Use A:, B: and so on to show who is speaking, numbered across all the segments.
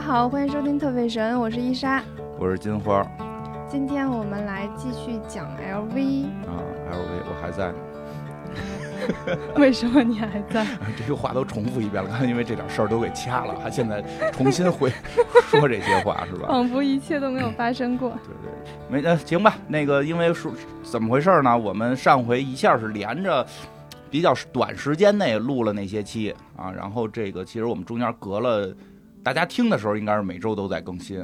A: 好，欢迎收听特费神，我是伊莎。
B: 我是金花
A: 今天我们来继续讲 LV，
B: 啊，LV，我还在呢，
A: 为什么你还在？
B: 这个话都重复一遍了， 刚才因为这点事儿都给掐了，还现在重新回 说这些话是吧？
A: 仿佛哦一切都没有发生 过。
B: 对对，没呃行吧，那个因为说怎么回事呢？我们上回一下是连着比较短时间内录了那些期啊，然后这个其实我们中间隔了，大家听的时候应该是每周都在更新，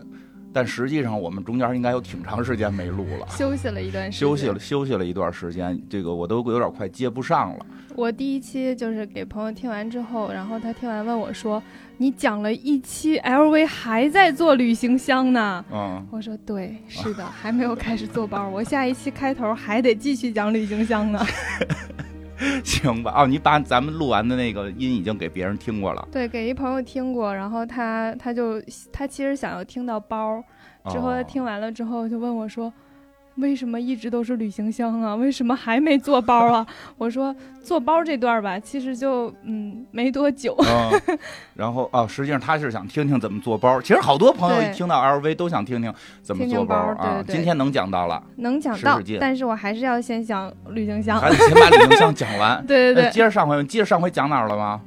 B: 但实际上我们中间应该有挺长时间没录了。
A: 休息了一段时间，
B: 休息了，。休息了一段时间，这个我都有点快接不上了。
A: 我第一期就是给朋友听完之后，然后他听完问我说：“你讲了一期 LV，还在做旅行箱呢
B: 嗯，？”
A: 我说：“对，是 的，还没有开始做包，我下一期开头还得继续讲旅行箱 呢。
B: 行吧，哦，你把咱们录完的那个音已经给别人听过了”，
A: 对，给一朋友听过，然后他他就他其实想要听到包，之后他
B: 哦
A: 听完了之后就问我说：“为什么一直都是旅行箱啊？为什么还没做包啊？” 我说：“做包这段吧，其实就嗯没多久。
B: 嗯，然后哦，实际上他是想听听怎么做包。其实好多朋友
A: 对
B: 一听到 LV 都想听听怎么
A: 听听
B: 做
A: 包对
B: 啊。
A: 对对
B: 今天能讲到了，
A: 能讲
B: 是
A: 到
B: 是这，样
A: 但是我还是要先讲旅行箱。
B: 还得呃先把李明香讲 完。
A: 对对
B: 那
A: 对，
B: 接着上回，接着上回讲哪儿了吗？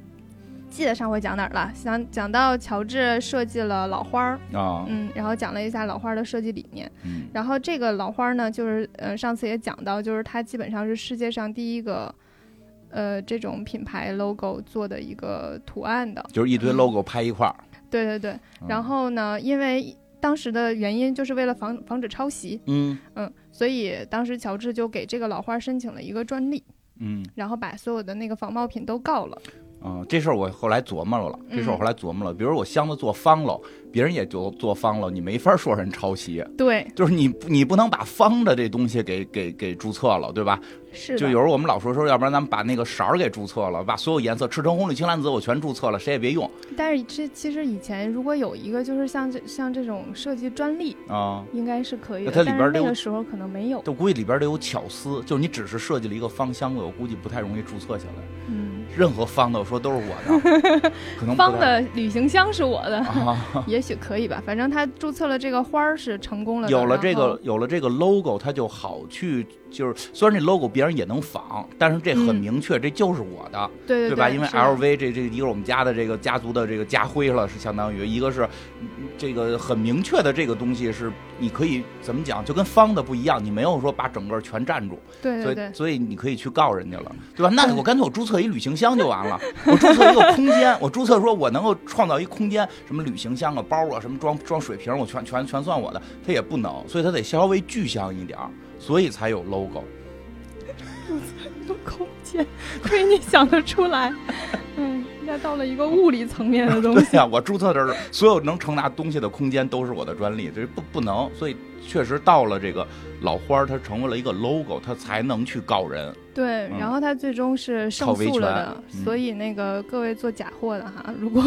A: 记得上回讲哪儿了？想讲到乔治设计了老花儿，
B: 啊，
A: 嗯，然后讲了一下老花儿的设计理念。
B: 嗯，
A: 然后这个老花儿呢，就是呃上次也讲到，就是它基本上是世界上第一个，呃这种品牌 logo 做的一个图案的。
B: 就是一堆
A: 嗯
B: logo 拍一块儿。
A: 对对对。
B: 嗯
A: 然，后呢，因为当时的原因就是为了防防止抄袭，
B: 嗯
A: 嗯，所以当时乔治就给这个老花儿申请了一个专利，
B: 嗯
A: 然后把所有的那个仿冒品都告了。
B: 啊，这事儿我后来琢磨了，这事儿我
A: 嗯
B: 后来琢磨了。比如我箱子做方了，别人也就做方了，你没法说人抄袭。
A: 对，
B: 就是你不你不能把方的这东西给给给注册了，对吧？
A: 是的。
B: 就有时候我们老说说，要不然咱们把那个色儿给注册了，把所有颜色，赤橙红绿青蓝紫我全注册了，谁也别用
A: 但是这其实以前如果有一个就是像这像这种设计专利，
B: 啊。
A: 应该是可以的，
B: 那它里
A: 但是
B: 边儿
A: 那
B: 都
A: 个时候可能没有。
B: 就估计里边得有巧思，就是你只是设计了一个方箱子，我估计不太容易注册下来。
A: 嗯。
B: 任何方的我说都是我的， 可能不
A: 方
B: 太
A: 的旅行箱是我的，
B: 啊，
A: 也许可以吧。反正他注册了这个花儿是成功了的，
B: 有了这
A: 然
B: 个
A: 后
B: 有了这个 logo，它就好去就是虽然这 logo 别人也能仿，但是这很
A: 嗯
B: 明确，这就是我的。
A: 对对
B: 对
A: 对
B: 吧？因为
A: 是的
B: LV 这这一个是我们家的这个家族的这个家徽了，是相当于一个是嗯这个很明确的这个东西是你可以怎么讲，就跟方的不一样，你没有说把整个全占住，
A: 对对
B: 所
A: 对嗯
B: 以，所以你可以去告人家了，对吧？那
A: 对
B: 我干脆我注册一旅行箱就完了，我注册一个空间，我注册说我能够创造一空间，什么旅行箱啊、包啊、什么装装水瓶，我全全全算我的，它也不能，所以它得稍微具象一点儿，所以才有 logo。
A: 有空间， 亏你想得出来。嗯，人家到了一个物理层面的东
B: 对
A: 西。
B: 呀、我注册的时候，所有能承纳东西的空间都是我的专利，这不不能，所以确实到了这个老花儿，它成为了一个 logo，它才能去告 人。
A: 对，
B: 嗯
A: 然后他最终是胜诉了的
B: 靠，维权嗯
A: 所以那个各位做假货的哈，如 果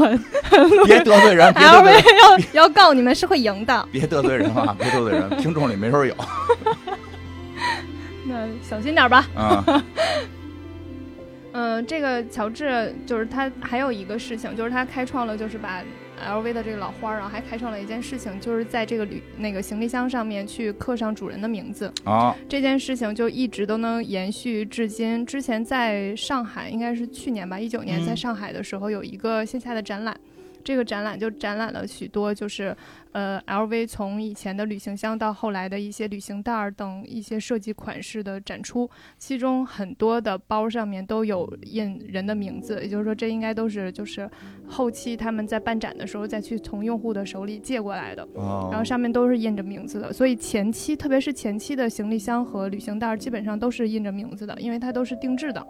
B: 别得罪人，别得罪人，
A: LV 要要告你们是会赢的，
B: 别得罪人啊，别得罪人，听众里没准有
A: 那小心点儿吧。
B: 啊。
A: 嗯，这个乔治就是他还有一个事情，就是他开创了就是把 LV 的这个老花儿，然后还开创了一件事情，就是在这个旅那个行李箱上面去刻上主人的名字。
B: 啊，
A: 这件事情就一直都能延续至今。之前在上海，应该是去年吧，一九年
B: 嗯
A: 在上海的时候有一个线下的展览。这个展览就展览了许多，就是呃，LV 从以前的旅行箱到后来的一些旅行袋儿等一些设计款式的展出，其中很多的包上面都有印人的名字，也就是说，这应该都是就是后期他们在办展的时候再去从用户的手里借过来的。然后
B: 哦，
A: 上面都是印着名字的，所以前期特别是前期的行李箱和旅行袋儿基本上都是印着名字的，因为它都是定制的。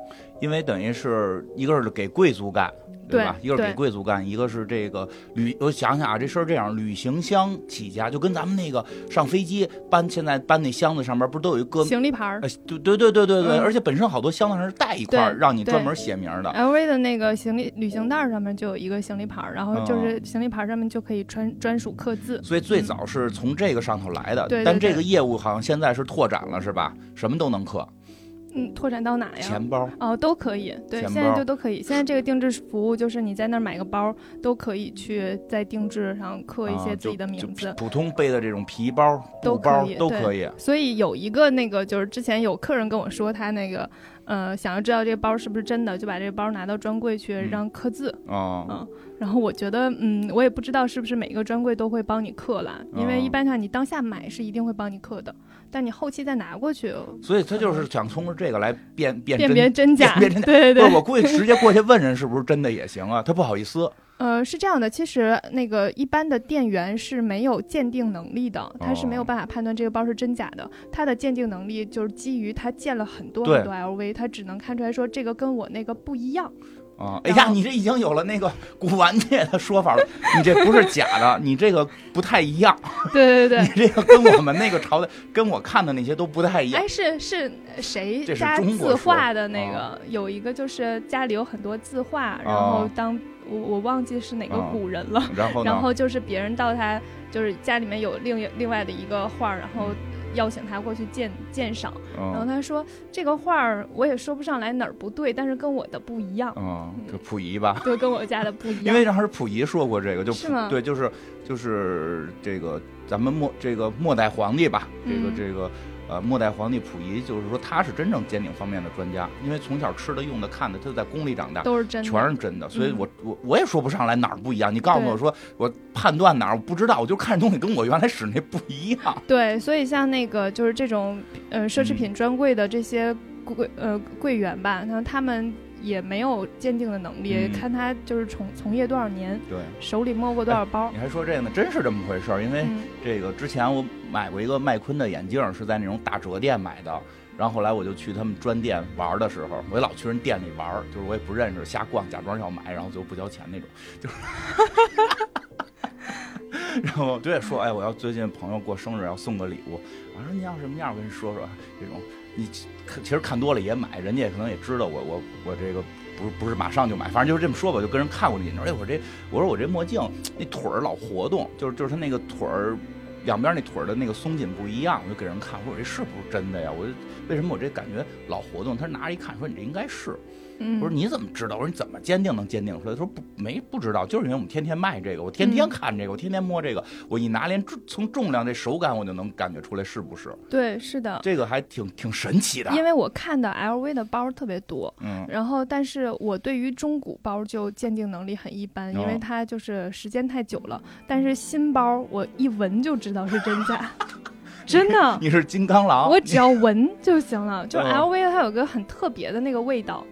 B: 因为等于是一个是给贵族干，对吧？
A: 对
B: 一个是给
A: 对
B: 贵族干，一个是这个旅。我想想啊，这事儿这样，旅行箱起家就跟咱们那个上飞机搬，现在搬那箱子上面不是都有一个
A: 行李牌儿
B: 呃，对对对对对对，
A: 嗯
B: 而且本身好多箱子上是带一块儿
A: 对
B: 让你
A: 对嗯
B: 专门写名儿的。
A: ，LV 的那个行李旅行袋儿上面就有一个行李牌儿，然后
B: 哦
A: 就是行李牌儿上面就可以穿专属刻字。
B: 所以最早是从这个上头来的，
A: 对对
B: 但这
A: 对
B: 个业务好像现在是拓展了，是吧？什么都能刻，
A: 嗯，拓展到哪呀？
B: 钱包，
A: 哦，都可以，对，
B: 钱
A: 现
B: 包
A: 在就都可以。现在这个定制服务就是你在那儿买个包，都可以去在定制上刻一些
B: 啊
A: 自己的
B: 就
A: 名字，
B: 普通背的这种皮包、
A: 都
B: 布包
A: 可以
B: 都
A: 对
B: 可以。
A: 所以有一个那个，就是之前有客人跟我说，他那个呃想要知道这个包是不是真的，就把这个包拿到专柜去
B: 嗯
A: 让刻字。嗯
B: 啊，
A: 然后我觉得，嗯，我也不知道是不是每个专柜都会帮你刻啦，因为
B: 哦
A: 一般上你当下买是一定会帮你刻的，但你后期再拿过去
B: 所以他就是想通过这个来辨辨
A: 辨
B: 真
A: 别真假。
B: 辨别真 假
A: 对对
B: 不是，
A: 对，
B: 我估计直接过去问人是不是真的也行啊，他不好意思。
A: 呃，是这样的，其实那个一般的店员是没有鉴定能力的，他是没
B: 哦
A: 有办法判断这个包是真假的。他的鉴定能力就是基于他见了很多
B: 对
A: 很多 LV，他只能看出来说这个跟我那个不一 样。
B: 啊，哎
A: 然
B: 呀，
A: 后
B: 你这已经有了那个古玩界的说法了，你这不是假的，你这个不太一样，
A: 对对
B: 你
A: 对。
B: 这个跟我们那个朝代，跟我看的那些都不太一样
A: 哎，是是谁
B: 这是
A: 家
B: 中国
A: 字
B: 说
A: 画的那
B: 啊
A: 个？有一个就是家里有很多字画，然
B: 啊
A: 后当我我忘记是哪个
B: 啊
A: 古人 了，
B: 然后呢？
A: 然后就是别人到他就是家里面有另另外的一个画儿，然后邀请他过去鉴鉴赏。然后
B: 嗯
A: 他说这个画儿我也说不上来哪儿不对，但是跟我的不一 样，
B: 嗯，就溥仪吧，
A: 就跟我家的不一
B: 因
A: 样。
B: 为当时溥仪说过这个，就是
A: 嗯吗
B: 对，就是就是这个咱们末这个末代皇帝吧，这个
A: 嗯
B: 这个。呃，末代皇帝溥仪就是说，他是真正鉴定方面的专家，因为从小吃的、用的、看的，他在宫里长大，
A: 都是真的，
B: 全是真的，所以
A: 嗯
B: 我我我也说不上来哪儿不一样。你告诉
A: 对
B: 我说，我判断哪儿我不知道，我就看这东西跟我原来使那不一样。
A: 对，所以像那个就是这种呃奢侈品专柜的这些柜
B: 嗯
A: 呃柜员吧，那他们也没有鉴定的能力，
B: 嗯
A: 看他就是从从业多少年，
B: 对，
A: 手里摸过多少包。
B: 你还说这个呢，真是这么回事儿。因为
A: 嗯，
B: 这个之前我买过一个麦昆的眼镜，是在那种大折店买的。然后后来我就去他们专店玩的时候，我也老去人店里玩儿，就是我也不认识，瞎逛，假装要买，然后最后不交钱那种， 就是。然后我就也说，哎，我要最近朋友过生日要送个礼物，我说你要什么样，我跟你说说这种。你其其实看多了也买，人家也可能也知道我我我这个不是不是马上就买，反正就是这么说吧，就跟人看过那眼镜，哎，我这我说我这墨镜那腿儿老活动，就是就是它那个腿儿两边那腿儿的那个松紧不一样，我就给人看，我说我这是不是真的呀？我就为什么我这感觉老活动？他拿着一看说你这应该是，
A: 嗯
B: 我说你怎么知道？我说你怎么鉴定能鉴定出来？他说不没不知道，就是因为我们天天卖这个，我天天
A: 嗯
B: 看这个，我天天摸这个，我一拿连重从重量这手感我就能感觉出来是不是？
A: 对，是的，
B: 这啊个还挺挺神奇的，
A: 因为我看的 LV 的包特别多，
B: 嗯
A: 然后，但是我对于中古包就鉴定能力很一般，因
B: 哦嗯
A: 为它就是时间太久了。但是新包我一闻就知道是真假， 真的，
B: 你是金刚狼，
A: 我只要闻就行了。就
B: 哦
A: LV 它有个很特别的那个味道，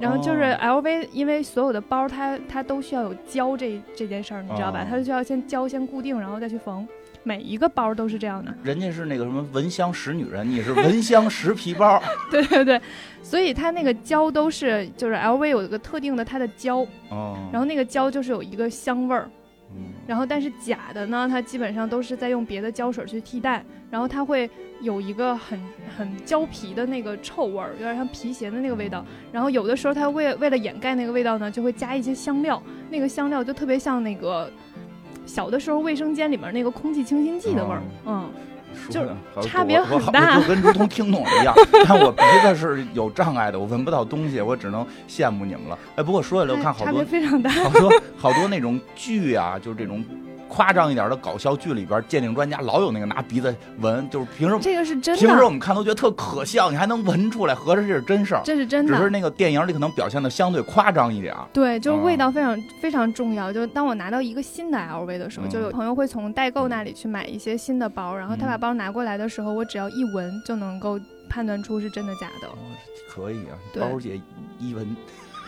A: 然后就是
B: 哦
A: LV，因为所有的包它它都需要有胶这这件事儿，你知道吧
B: 哦？
A: 它就需要先胶先固定，然后再去缝。每一个包都是这样的，
B: 人家是那个什么闻香识女人，你是闻香识皮 包，
A: 对对对，所以它那个胶都是就是 LV 有一个特定的它的胶，
B: 哦，
A: 然后那个胶就是有一个香味儿，
B: 嗯
A: 然后但是假的呢，它基本上都是在用别的胶水去替代，然后它会有一个很很胶皮的那个臭味儿，有点像皮鞋的那个味道。
B: 嗯
A: 然后有的时候它为为了掩盖那个味道呢，就会加一些香料，那个香料就特别像那个小的时候卫生间里面那个空气清新剂的味儿，
B: 哦
A: 嗯。
B: 说的好
A: 差别
B: 我我
A: 很大
B: 我就跟如同听懂了一 样。但我鼻子是有障碍的，我闻不到东西，我只能羡慕你们了。哎，不过说起来，我看好
A: 差
B: 多
A: 别非常大，
B: 好多好多那种剧啊，就是这种夸张一点的搞笑剧里边，鉴定专家老有那个拿鼻子闻，就是平时
A: 这个是真
B: 平时
A: 的，
B: 我们看都觉得特可笑，你还能闻出来，合着这是真事儿。
A: 这是真
B: 只是
A: 的。
B: 那个电影里可能表现的相对夸张一点儿
A: 对，就是
B: 啊
A: 味道非常、非常重要。就是当我拿到一个新的 LV 的时候，
B: 嗯
A: 就有朋友会从代购那里去买一些新的包，然后他
B: 嗯
A: 把包拿过来的时候，我只要一闻就能够判断出是真的假
B: 哦
A: 的。
B: 可以啊，
A: 对
B: 包姐一闻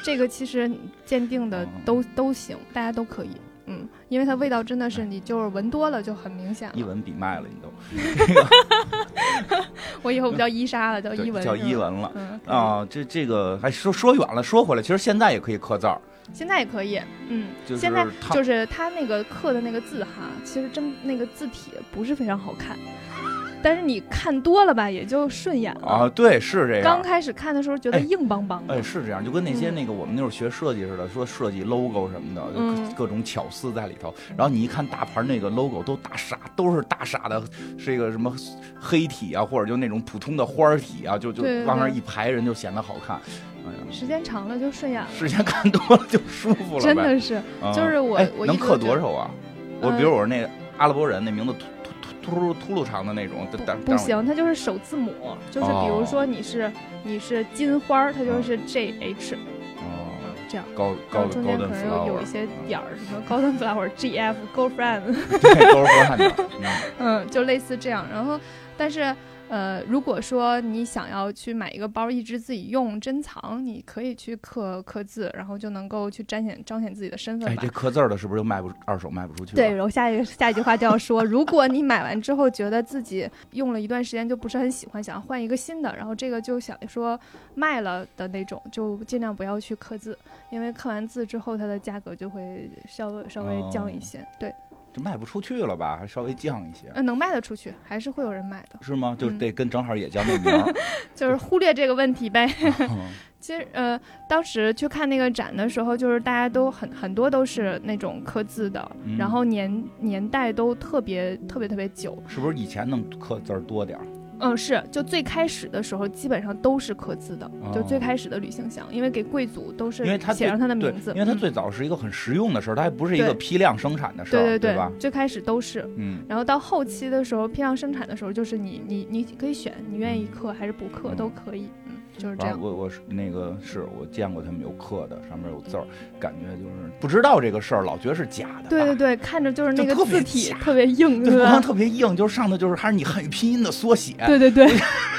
A: 这个其实鉴定的
B: 哦
A: 都、都行，大家都可以。嗯，因为它味道真的是你就是闻多了就很明显
B: 哎一
A: 了。
B: 闻比卖了，你都
A: 我以后不叫伊莎了，叫
B: 对
A: 伊呃文。
B: 叫伊
A: 文。
B: 闻了。
A: 嗯，
B: 啊，这这个还说说远了，说回来，其实现在也可以刻字儿，
A: 现在也可以，嗯，
B: 就是
A: 现在
B: 它
A: 就是它那个刻的那个字哈，其实真那个字体不是非常好看，但是你看多了吧，也就顺眼了。
B: 啊，对，是这
A: 刚
B: 样。
A: 开始看的时候觉得
B: 哎
A: 硬邦邦的，
B: 哎，是这样，就跟那些
A: 嗯
B: 那个我们那时候学设计似的，说设计 logo 什么的，就
A: 嗯
B: 各各种巧思在里头。然后你一看大牌那个 logo 都大傻，都是大傻的，是一个什么黑体啊，或者就那种普通的花儿体啊，就就
A: 对对对
B: 往那儿一排，人就显得好看。哎呀，
A: 时间长了就顺眼了，
B: 时间看多了就舒服了呗。
A: 真的是。
B: 啊
A: 就是我
B: 哎
A: 我一
B: 能
A: 直
B: 刻
A: 觉得
B: 多
A: 呃
B: 少啊？我比如我是那个阿拉伯人，那名字突突突突突噜长的那种，但但哦
A: 不不，行，它就是首字母，就是比如说你是、你是金花儿，它就是 J H，
B: 但是哦，
A: 嗯这样。
B: 高
A: 然
B: 嗯高
A: 后中
B: 高
A: 间
B: 顿
A: 可能有有一
B: flower，
A: 些点儿，什么 Golden Flower、GF、Go Friend，
B: 对， 都是波汉的。 嗯
A: 嗯，就类似这样。然后，但是呃，如果说你想要去买一个包，一直自己用珍藏，你可以去刻刻字，然后就能够去彰显彰显自己的身份
B: 哎，
A: 吧
B: 这。刻字儿的是不是又卖不二手卖不出去了？
A: 对，然后下一个下一句话就要说，如果你买完之后觉得自己用了一段时间就不是很喜欢，想要换一个新的，然后这个就想说卖了的那种，就尽量不要去刻字，因为刻完字之后它的价格就会稍微稍微
B: 哦
A: 降一些。对，
B: 这卖不出去了吧？还稍微降一些，
A: 呃，能卖得出去，还是会有人买的，
B: 是吗？就
A: 嗯
B: 得跟正好也叫那名儿。
A: 就是忽略这个问题呗。
B: 嗯
A: 其实呃，当时去看那个展的时候，就是大家都很很多都是那种刻字的，
B: 嗯
A: 然后年年代都特别特别特别久。
B: 是不是以前能刻字儿多点儿？
A: 嗯，是，就最开始的时候基本上都是刻字的，就最
B: 哦
A: 开始的旅行箱，因为给贵族都是
B: 因为它
A: 写
B: 最
A: 上他的
B: 对
A: 名字，，
B: 因为它
A: 嗯
B: 最早是一个很实用的事儿，它还不是一个
A: 对
B: 批量生产的事儿，
A: 对对
B: 吧？
A: 最开始都是。
B: 嗯，
A: 然后到后期的时候，批量生产的时候，就是你你你可以选，你愿意刻还是不刻都可以，嗯，就是这
B: 反
A: 样。
B: 正我我是那个是我见过他们有刻的，上面有字儿，感觉就是不知道这个事儿，老觉得是假的。
A: 对对。对，看着就是
B: 就
A: 那个
B: 特别
A: 字体
B: 假
A: 特别硬，
B: 就
A: 对
B: 不光
A: 吧？
B: 特别硬，就是上头就是还是你汉语拼音的缩写，
A: 对对 对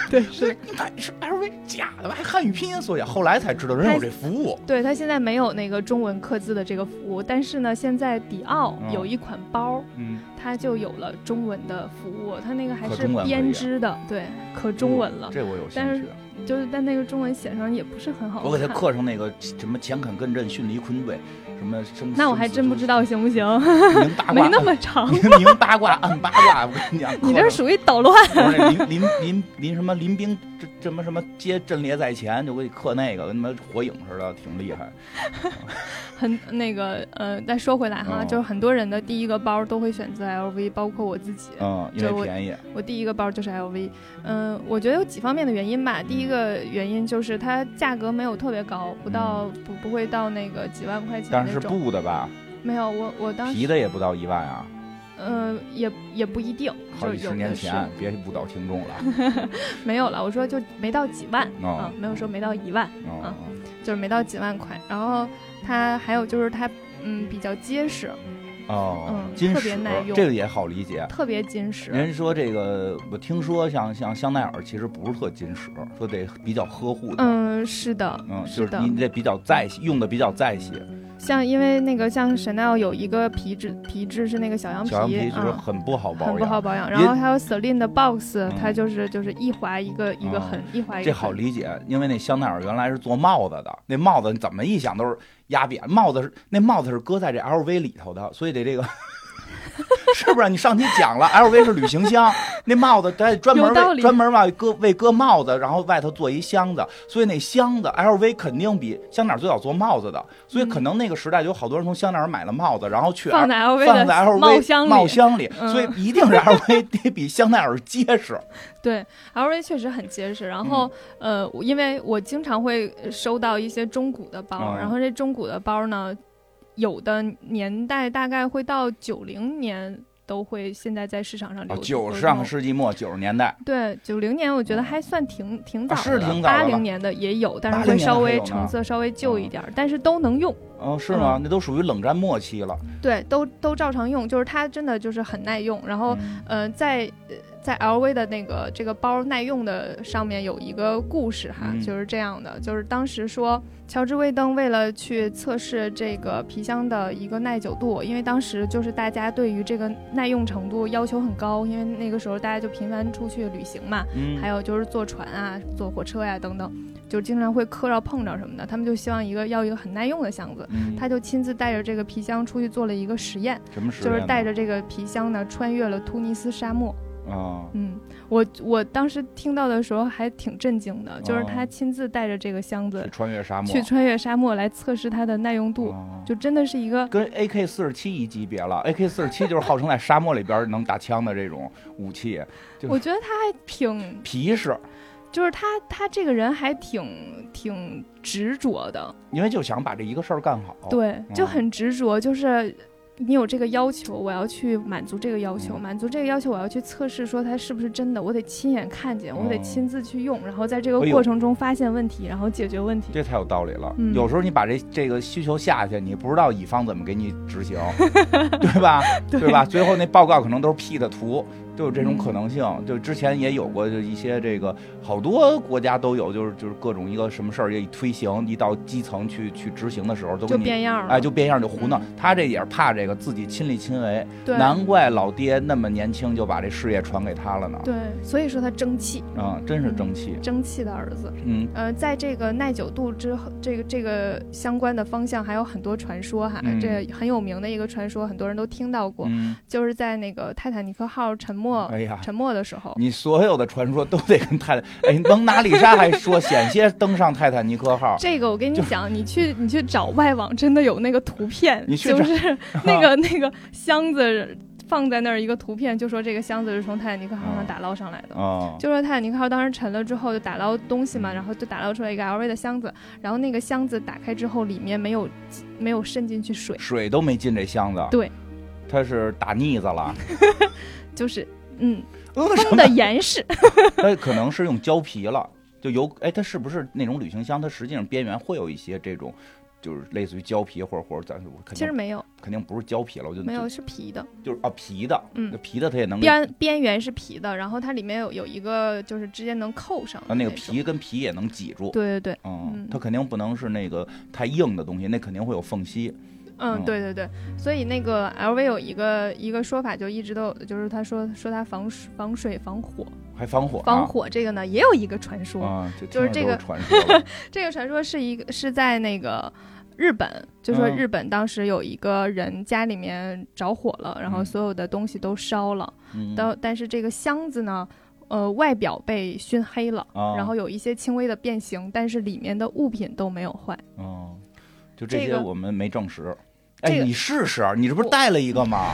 A: 对
B: 这
A: 是，
B: 那是 LV 假的吧？还汉语拼音缩写，后来才知道人有这服务。
A: 对它现在没有那个中文刻字的这个服务，但是呢，现在迪奥
B: 嗯
A: 有一款包，
B: 嗯，
A: 它就有了中文的服务，它那个还
B: 可
A: 是
B: 中文可以啊
A: 编织的，对，可中文了，
B: 嗯这我有兴
A: 但是
B: 趣。
A: 就是但那个中文写上也不是很好看。
B: 我给他刻上那个什么前肯艮震巽离坤兑，什么生。
A: 那我还真不知道行不 行，
B: 生死明八卦，
A: 没 那么长。
B: 明明八卦暗八卦，我跟你讲，
A: 你这
B: 刻上
A: 属于捣乱，
B: 我说临临临临什么临兵这什么什么皆阵列在前，就给你刻那个，跟他妈火影似的，挺厉害。
A: 很那个呃。再说回来哈，
B: 嗯
A: 就是很多人的第一个包都会选择 LV，包括我自己，
B: 嗯，因
A: 这
B: 为
A: 我
B: 便宜。
A: 我第一个包就是 LV。嗯、我觉得有几方面的原因吧。第一个原因就是它价格没有特别高，不到、不不会到那个几万块钱
B: 嗯但是
A: 那
B: 是
A: 种。
B: 布的吧，
A: 没有，我我当时
B: 皮的也不到一万啊，
A: 呃也也不一定，
B: 好
A: 就
B: 几
A: 有
B: 十年
A: 的是
B: 前，别误导 听众了。
A: 没有了。我说就没到几万、
B: 哦
A: 啊，没有说没到一万。
B: 哦，
A: 就是没到几万块。然后它还有就是它，嗯，比较结实，
B: 哦
A: 嗯，
B: 金
A: 特别
B: 石
A: 耐用
B: 这个也好理解。
A: 特别金石。
B: 人说这个，我听说像像香奈儿其实不是特金石，说得比较呵护的，
A: 嗯，是的，
B: 嗯，就是是
A: 的
B: 你，得比较在意用的比较在意。
A: 像因为那个像 Chanel 有一个皮质皮质是那个小羊
B: 小羊皮
A: 皮
B: 就是
A: 啊，
B: 很不好
A: 很
B: 保
A: 不好
B: 养，
A: 保养。
B: 也
A: 然后还有 Celine 的 Box，
B: 嗯
A: 它就是就是一划一个一个
B: 哦
A: 痕，一划一
B: 这
A: 个
B: 好
A: 痕。
B: 理解，因为那香奈儿原来是做帽子的，那帽子你怎么一想都是压扁，帽子是那帽子是搁在这 LV 里头的，所以得这个。 是不是你上期讲了，LV 是旅行箱，那帽子它专门
A: 有道
B: 为
A: 理
B: 专门为搁为搁帽子，然后外头做一箱子，所以那箱子 LV 肯定比香奈儿最早做帽子的，所以可能那个时代有好多人从香奈儿买了帽子，然后去
A: 嗯放在 LV
B: 啊放在
A: 的
B: LV
A: 帽箱里
B: 帽箱里，
A: 嗯
B: 所以一定是 LV 得比香奈儿结实。
A: 对，LV 确实很结实。然后，
B: 嗯
A: 呃，我因为我经常会收到一些中古的包，
B: 哦
A: 然后这中古的包呢，有的年代大概会到九零年都会现在在市场上流流
B: 哦九
A: 通
B: 上个世纪末九十年代，
A: 对九零年，我觉得还算挺挺早
B: 啊
A: 的，
B: 是挺早
A: 八
B: 的了
A: 零年的也有，但是
B: 80
A: 会稍
B: 年
A: 微
B: 的还有呢嗯
A: 成色稍微旧一点儿，但是都能用，
B: 哦，是吗？
A: 嗯
B: 那都属于冷战末期了。
A: 对，都都照常用，就是它真的就是很耐用，然后。
B: 嗯
A: 呃，在呃在 LV 的那个这个包耐用的上面有一个故事哈，
B: 嗯
A: 就是这样的，就是当时说乔治卫登为了去测试这个皮箱的一个耐久度，因为当时就是大家对于这个耐用程度要求很高，因为那个时候大家就频繁出去旅行嘛，
B: 嗯，
A: 还有就是坐船啊、坐火车呀、等等，就经常会磕着碰着什么的，他们就希望一个要一个很耐用的箱子。
B: 嗯
A: 他就亲自带着这个皮箱出去做了一个实验，
B: 什么时
A: 就是带
B: 着
A: 着这个皮箱呢，穿越了突尼斯沙漠，
B: 啊，
A: 嗯，我我当时听到的时候还挺震惊的，就是他
B: 哦
A: 亲自带着这个箱子
B: 去穿越沙漠，
A: 去穿越沙漠来测试它的耐用度，
B: 哦
A: 就真的是一个
B: 跟 AK 四十七一级别了，AK 四十七就是号称在沙漠里边能打枪的这种武器，就
A: 我觉得他还挺，
B: 皮实，
A: 就是他他这个人还挺挺执着的，
B: 因为就想把这一个事儿干好。，
A: 对，就
B: 嗯
A: 很执着，就是。你有这个要求，我要去满足这个要求，
B: 嗯
A: 满足这个要求，我要去测试说它是不是真的，我得亲眼看见，我得
B: 哦
A: 亲自去用，然后在这个
B: 哎呦
A: 过程中发现问题，然后解决问题。
B: 这太有道理了。
A: 嗯
B: 有时候你把这这个需求下去，你不知道乙方怎么给你执行， 对吧？
A: 对
B: 对吧？最后那报告可能都是 P 的图，都有这种
A: 嗯
B: 可能性。就之前也有过，就一些这个好多国家都有，就是就是各种一个什么事儿也一推行，一到基层去去执行的时候，都给
A: 就
B: 你
A: 变样了，
B: 哎就变样就胡闹
A: 嗯。
B: 他这也是怕这个自己亲力亲为，
A: 对
B: 难怪老爹那么年轻就把这事业传给他了呢。
A: 对，所以说他争气，
B: 啊，真是争气。
A: 争气的儿子。
B: 嗯
A: 呃，在这个耐久度之后，这个这个相关的方向还有很多传说哈，
B: 嗯
A: 这很有名的一个传说，很多人都听到过，
B: 嗯，
A: 就是在那个泰坦尼克号沉没、
B: 哎呀，
A: 沉没的时候，，
B: 你所有的传说都得跟泰坦，哎，蒙娜丽莎还说险些登上泰坦尼克号
A: 这个我跟你
B: 就
A: 讲，你去你去找外网，真的有那个图片，
B: 你去
A: 就
B: 找
A: 是那个那个箱子放在那儿一个图片，就说这个箱子是从泰坦尼克号上
B: 嗯
A: 打捞上来的。
B: 啊，
A: 就说泰坦尼克号当时沉了之后就打捞东西
B: 嗯
A: 嘛，然后就打捞出来一个 LV 的箱子，然后那个箱子打开之后里面没有没有渗进去水，
B: 水都没进这箱子，
A: 对，
B: 他是打腻 子了，
A: 就是 嗯
B: 呃，什
A: 封
B: 么
A: 的？严实，
B: 他可能是用胶皮了，就有，哎，它是不是那种旅行箱？它实际上边缘会有一些这种，就是类似于胶皮或者或者咱我肯
A: 其实
B: 定
A: 没有
B: 肯定不是胶皮了，我就
A: 没有是皮的，
B: 就就是啊皮的，
A: 嗯
B: 皮的它也能给啊
A: 边边缘是皮的，然后它里面有有一个就是直接能扣上
B: 啊
A: 的
B: 那个
A: 种
B: 皮，跟皮也能挤住，
A: 对对对，
B: 嗯
A: 嗯，
B: 它肯定不能是那个太硬的东西，那肯定会有缝隙。
A: 嗯
B: 嗯
A: 对对对，所以那个 LV 有一个一个说法就一直都有的，就是他说说它防水防水防火
B: 还防火、啊，
A: 防火这个呢也有一个传说，
B: 啊，
A: 就
B: 就是是
A: 这个
B: 传说 了
A: 这个传说是一个是在那个日本，就说
B: 嗯
A: 日本当时有一个人家里面着火了，然后所有的东西都烧了，
B: 嗯
A: 但、但是这个箱子呢，呃，外表被熏黑了。
B: 啊，
A: 然后有一些轻微的变形，但是里面的物品都没有坏。
B: 嗯，就这
A: 这
B: 些
A: 个
B: 我们没证实。
A: 这
B: 哎，
A: 个
B: 你试试，你这不是
A: 我
B: 带了一 个吗？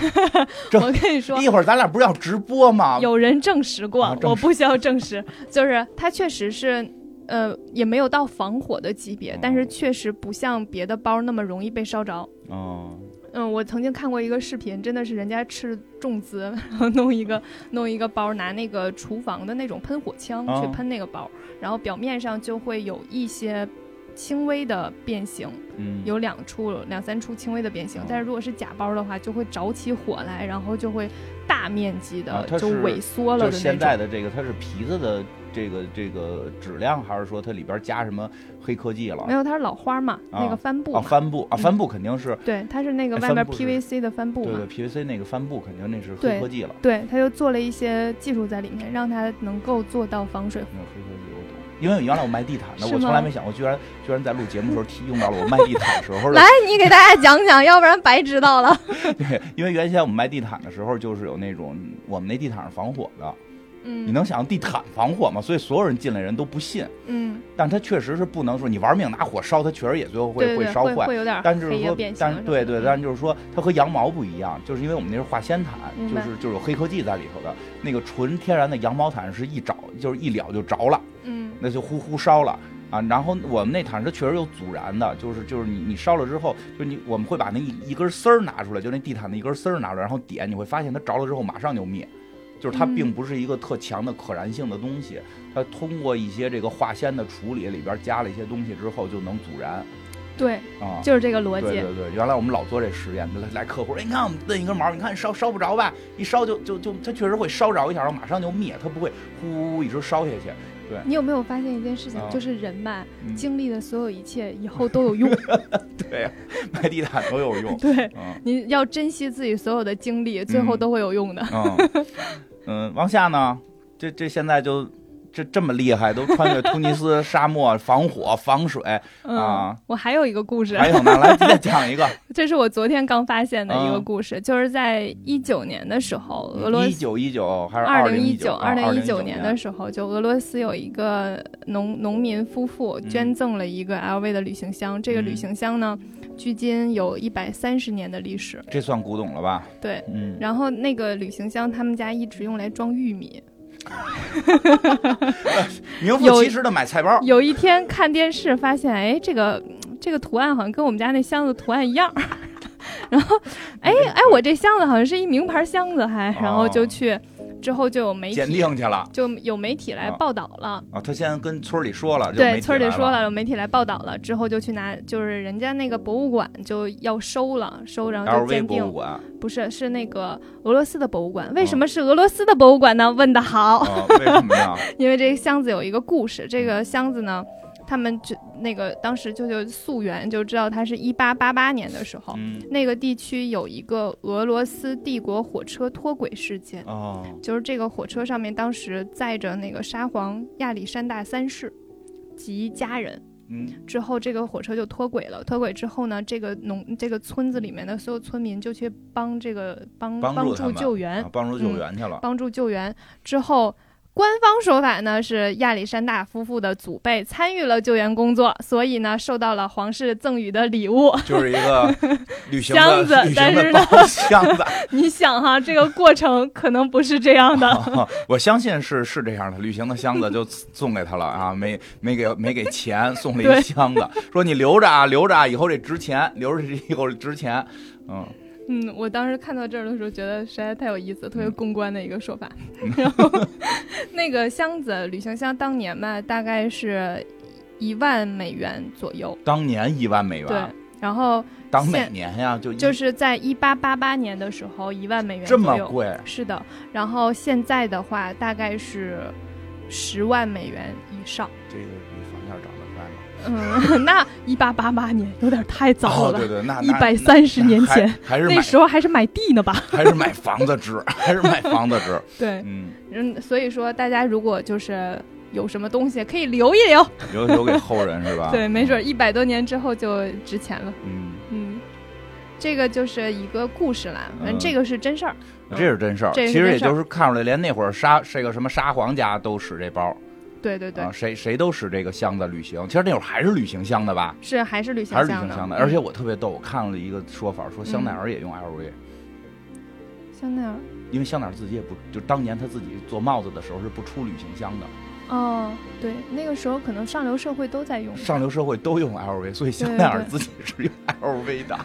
B: 这
A: 我跟你说，
B: 一会儿咱俩不是要直播吗？
A: 有人证实过，
B: 啊证实
A: 我不需要证实，就是它确实是，呃，也没有到防火的级别，
B: 哦
A: 但是确实不像别的包那么容易被烧着。
B: 哦，
A: 嗯，我曾经看过一个视频，真的是人家斥重资， 然后弄一个弄一个包，拿那个厨房的那种喷火枪
B: 哦
A: 去喷那个包，然后表面上就会有一些轻微的变形，
B: 嗯，
A: 有两处两三处轻微的变形，
B: 哦
A: 但是如果是假包的话，就会着起火来，然后就会大面积的、
B: 啊它
A: 就是萎缩了
B: 就
A: 的
B: 是
A: 那
B: 现在
A: 种。
B: 的这个，它是皮子的这个这个质量，还是说它里边加什么黑科技了
A: 没？有，它是老花嘛，
B: 啊
A: 那个帆布嘛，
B: 啊，帆布啊，
A: 嗯
B: 帆布肯定是
A: 对，它是那个
B: 哎
A: 外面
B: 帆布是
A: PVC 的帆布
B: 对
A: 嘛，
B: 对 PVC 那个帆布肯定那是
A: 对
B: 黑科技了，
A: 对，它就做了一些技术在里面，让它能够做到防水
B: 那个黑科技我懂。因为原来我卖地毯的，
A: 是
B: 我从
A: 吗
B: 来没想过，居然居然在录节目的时候提用到了我卖地毯时候的
A: 来，你给大家讲讲，要不然白知道了。
B: 对， 因为原先我们卖地毯的时候，就是有那种我们那地毯是防火的，
A: 嗯
B: 你能想象地毯防火吗？所以所有人进来人都不信，
A: 嗯，
B: 但它确实是不能说你玩命拿火烧，它确实也最后会
A: 对对对
B: 烧
A: 会
B: 坏。
A: 有点
B: 但是
A: 黑呀
B: 说
A: 变，形
B: 但
A: 什
B: 是
A: 么
B: 对
A: 的
B: 对，
A: 嗯
B: 但就是说，它和羊毛不一样，就是因为我们那是化纤毯，
A: 明
B: 就
A: 白
B: 是就是有黑科技在里头的。那个纯天然的羊毛毯是一找就是一燎就着了，
A: 嗯
B: 那就呼呼烧了啊。然后我们那毯是确实有阻燃的，就是就是你你烧了之后，就你我们会把那一一根丝儿拿出来，就那地毯的一根丝儿拿出来，然后点，你会发现它着了之后马上就灭。就是它
A: 嗯
B: 并不是一个特强的可燃性的东西，它通过一些这个化纤的处理，里边加了一些东西之后就能阻燃
A: 对，
B: 啊。
A: 就是这个逻
B: 对
A: 辑。
B: 对对，原来我们老做这实验，来来客户，哎，你看我们蹬一根毛，你看烧烧不着吧？一烧就就就，它确实会烧着一下，然后马上就灭，它不会呼一直烧下去。
A: 你有没有发现一件事情
B: 啊，
A: 就是人吧，
B: 嗯
A: 经历的所有一切以后都有 用。。
B: 对呀、卖地毯都有用
A: 对，
B: 嗯
A: 你要珍惜自己所有的经历，最后
B: 嗯
A: 都会有用的。
B: 嗯嗯，往下呢，这这现在就这这么厉害，都穿越突尼斯沙漠，防火防水。
A: 嗯，
B: 啊
A: 我还有一个故事，
B: 还有呢，来再讲一个，
A: 这是我昨天刚发现的一个
B: 嗯
A: 故事，就是在一九年的时候， 俄罗
B: 一
A: 斯。
B: 九一九还是
A: 二
B: 零
A: 零
B: 一啊
A: 九、
B: 二
A: 零
B: 一
A: 九
B: 年
A: 年的时候，就俄罗斯有一个农农民夫妇
B: 嗯
A: 捐赠了一个 LV 的旅行箱，这个
B: 嗯
A: 旅行箱呢，距今有一百三十年的历史。
B: 这算古董了吧？
A: 对，
B: 嗯，
A: 然后那个旅行箱他们家一直用来装玉米。
B: 名副
A: 有
B: 其实的买菜包。
A: 有一天看电视发现，哎，这个这个图案好像跟我们家那箱子图案一样。 然后，哎哎，我这箱子好像是一名牌箱子，还然后就去，之后就有媒
B: 鉴
A: 体
B: 哦定去了
A: 就有媒体来
B: 啊
A: 报道了。
B: 啊！他先跟村里说了，就
A: 对，
B: 媒体
A: 村儿里
B: 来
A: 说了，有媒体来报道了，之后就去拿，就是人家那个博物馆就要收了，收然后就
B: ，LV
A: 鉴
B: 博
A: 定
B: 物， 馆，哦
A: 不是是那个俄罗斯的博物馆。为什么是俄罗斯的博物馆呢？问的好，
B: 啊，为什么呀？
A: 因为这个箱子有一个故事。这
B: 嗯
A: 个箱子呢，他们就那个当时舅舅溯源就知道，它是一八八八年的时候，
B: 嗯，
A: 那个地区有一个俄罗斯帝国火车脱轨事件。
B: 哦，
A: 就是这个火车上面当时载着那个沙皇亚历山大三世及家人，
B: 嗯，
A: 之后，这个火车就脱轨了。脱轨之后呢，这个农这个村子里面的所有村民就去帮这个帮
B: 帮助他们
A: 救援，
B: 啊帮助
A: 嗯
B: 救援去了。
A: 帮助救援之后。官方说法呢是亚历山大夫妇的祖辈参与了救援工作，所以呢受到了皇室赠予的礼 物。
B: 就是一个 旅行
A: 箱子
B: 的旅
A: 但
B: 行的
A: 是
B: 包箱子，
A: 你想哈，这个过程可能不是这样的。
B: 啊我相信是是这样的，旅行的箱子就送给他了啊，没没给没给钱，送了
A: 对
B: 一箱子，说你留着啊，留着啊，以后这值钱，留着这以后这值钱，嗯，
A: 嗯，我当时看到这儿的时候，觉得实在太有意思，特别公关的一个 说法。然后那个箱子，旅行箱当年吧，大概是一万美元左右。
B: 当年一万美
A: 对
B: 元，，
A: 然后
B: 当每年呀，就一
A: 就是在一八八八年的时候，一万美元
B: 这
A: 左
B: 么
A: 右。
B: 贵，
A: 是的，然后现在的话，大概是十万美元以上。
B: 这个比房价涨得快吗？
A: 嗯，那一八八八年有点太早
B: 哦，
A: 了
B: 对，对，那
A: 一
B: 那
A: 百三十年前，
B: 还还是
A: 那
B: 买
A: 时候还是买地呢 吧？
B: 还是买房子值，还是买房子值，
A: 对，
B: 嗯，
A: 嗯，所以说大家如果就是有什么东西可以留一留，
B: 留留给后人是 吧？
A: 对，没准一百多年之后就值钱了。
B: 嗯，
A: 嗯，这个就是一个故事啦，反正
B: 嗯
A: 这个是真事儿。
B: 这是真事儿。
A: 这
B: 其
A: 是
B: 实
A: 真
B: 也
A: 事儿
B: 就是看出来，连那会儿沙这个什么沙皇家都使这包
A: 对对对，
B: 啊，谁谁都使这个箱子旅行。其实那会儿还是旅行箱的吧，
A: 是还是旅行
B: 还是旅
A: 箱
B: 行
A: 的，
B: 箱的。
A: 嗯
B: 而且我特别逗，我看了一个说法，说香奈儿也用 LV，
A: 香奈儿
B: 因为香奈儿自己也不就当年他自己做帽子的时候是不出旅行箱的，
A: 哦，对，那个时候可能上流社会都在 用。
B: 上流社会都用 LV，所以香奈儿自己是用 LV 的。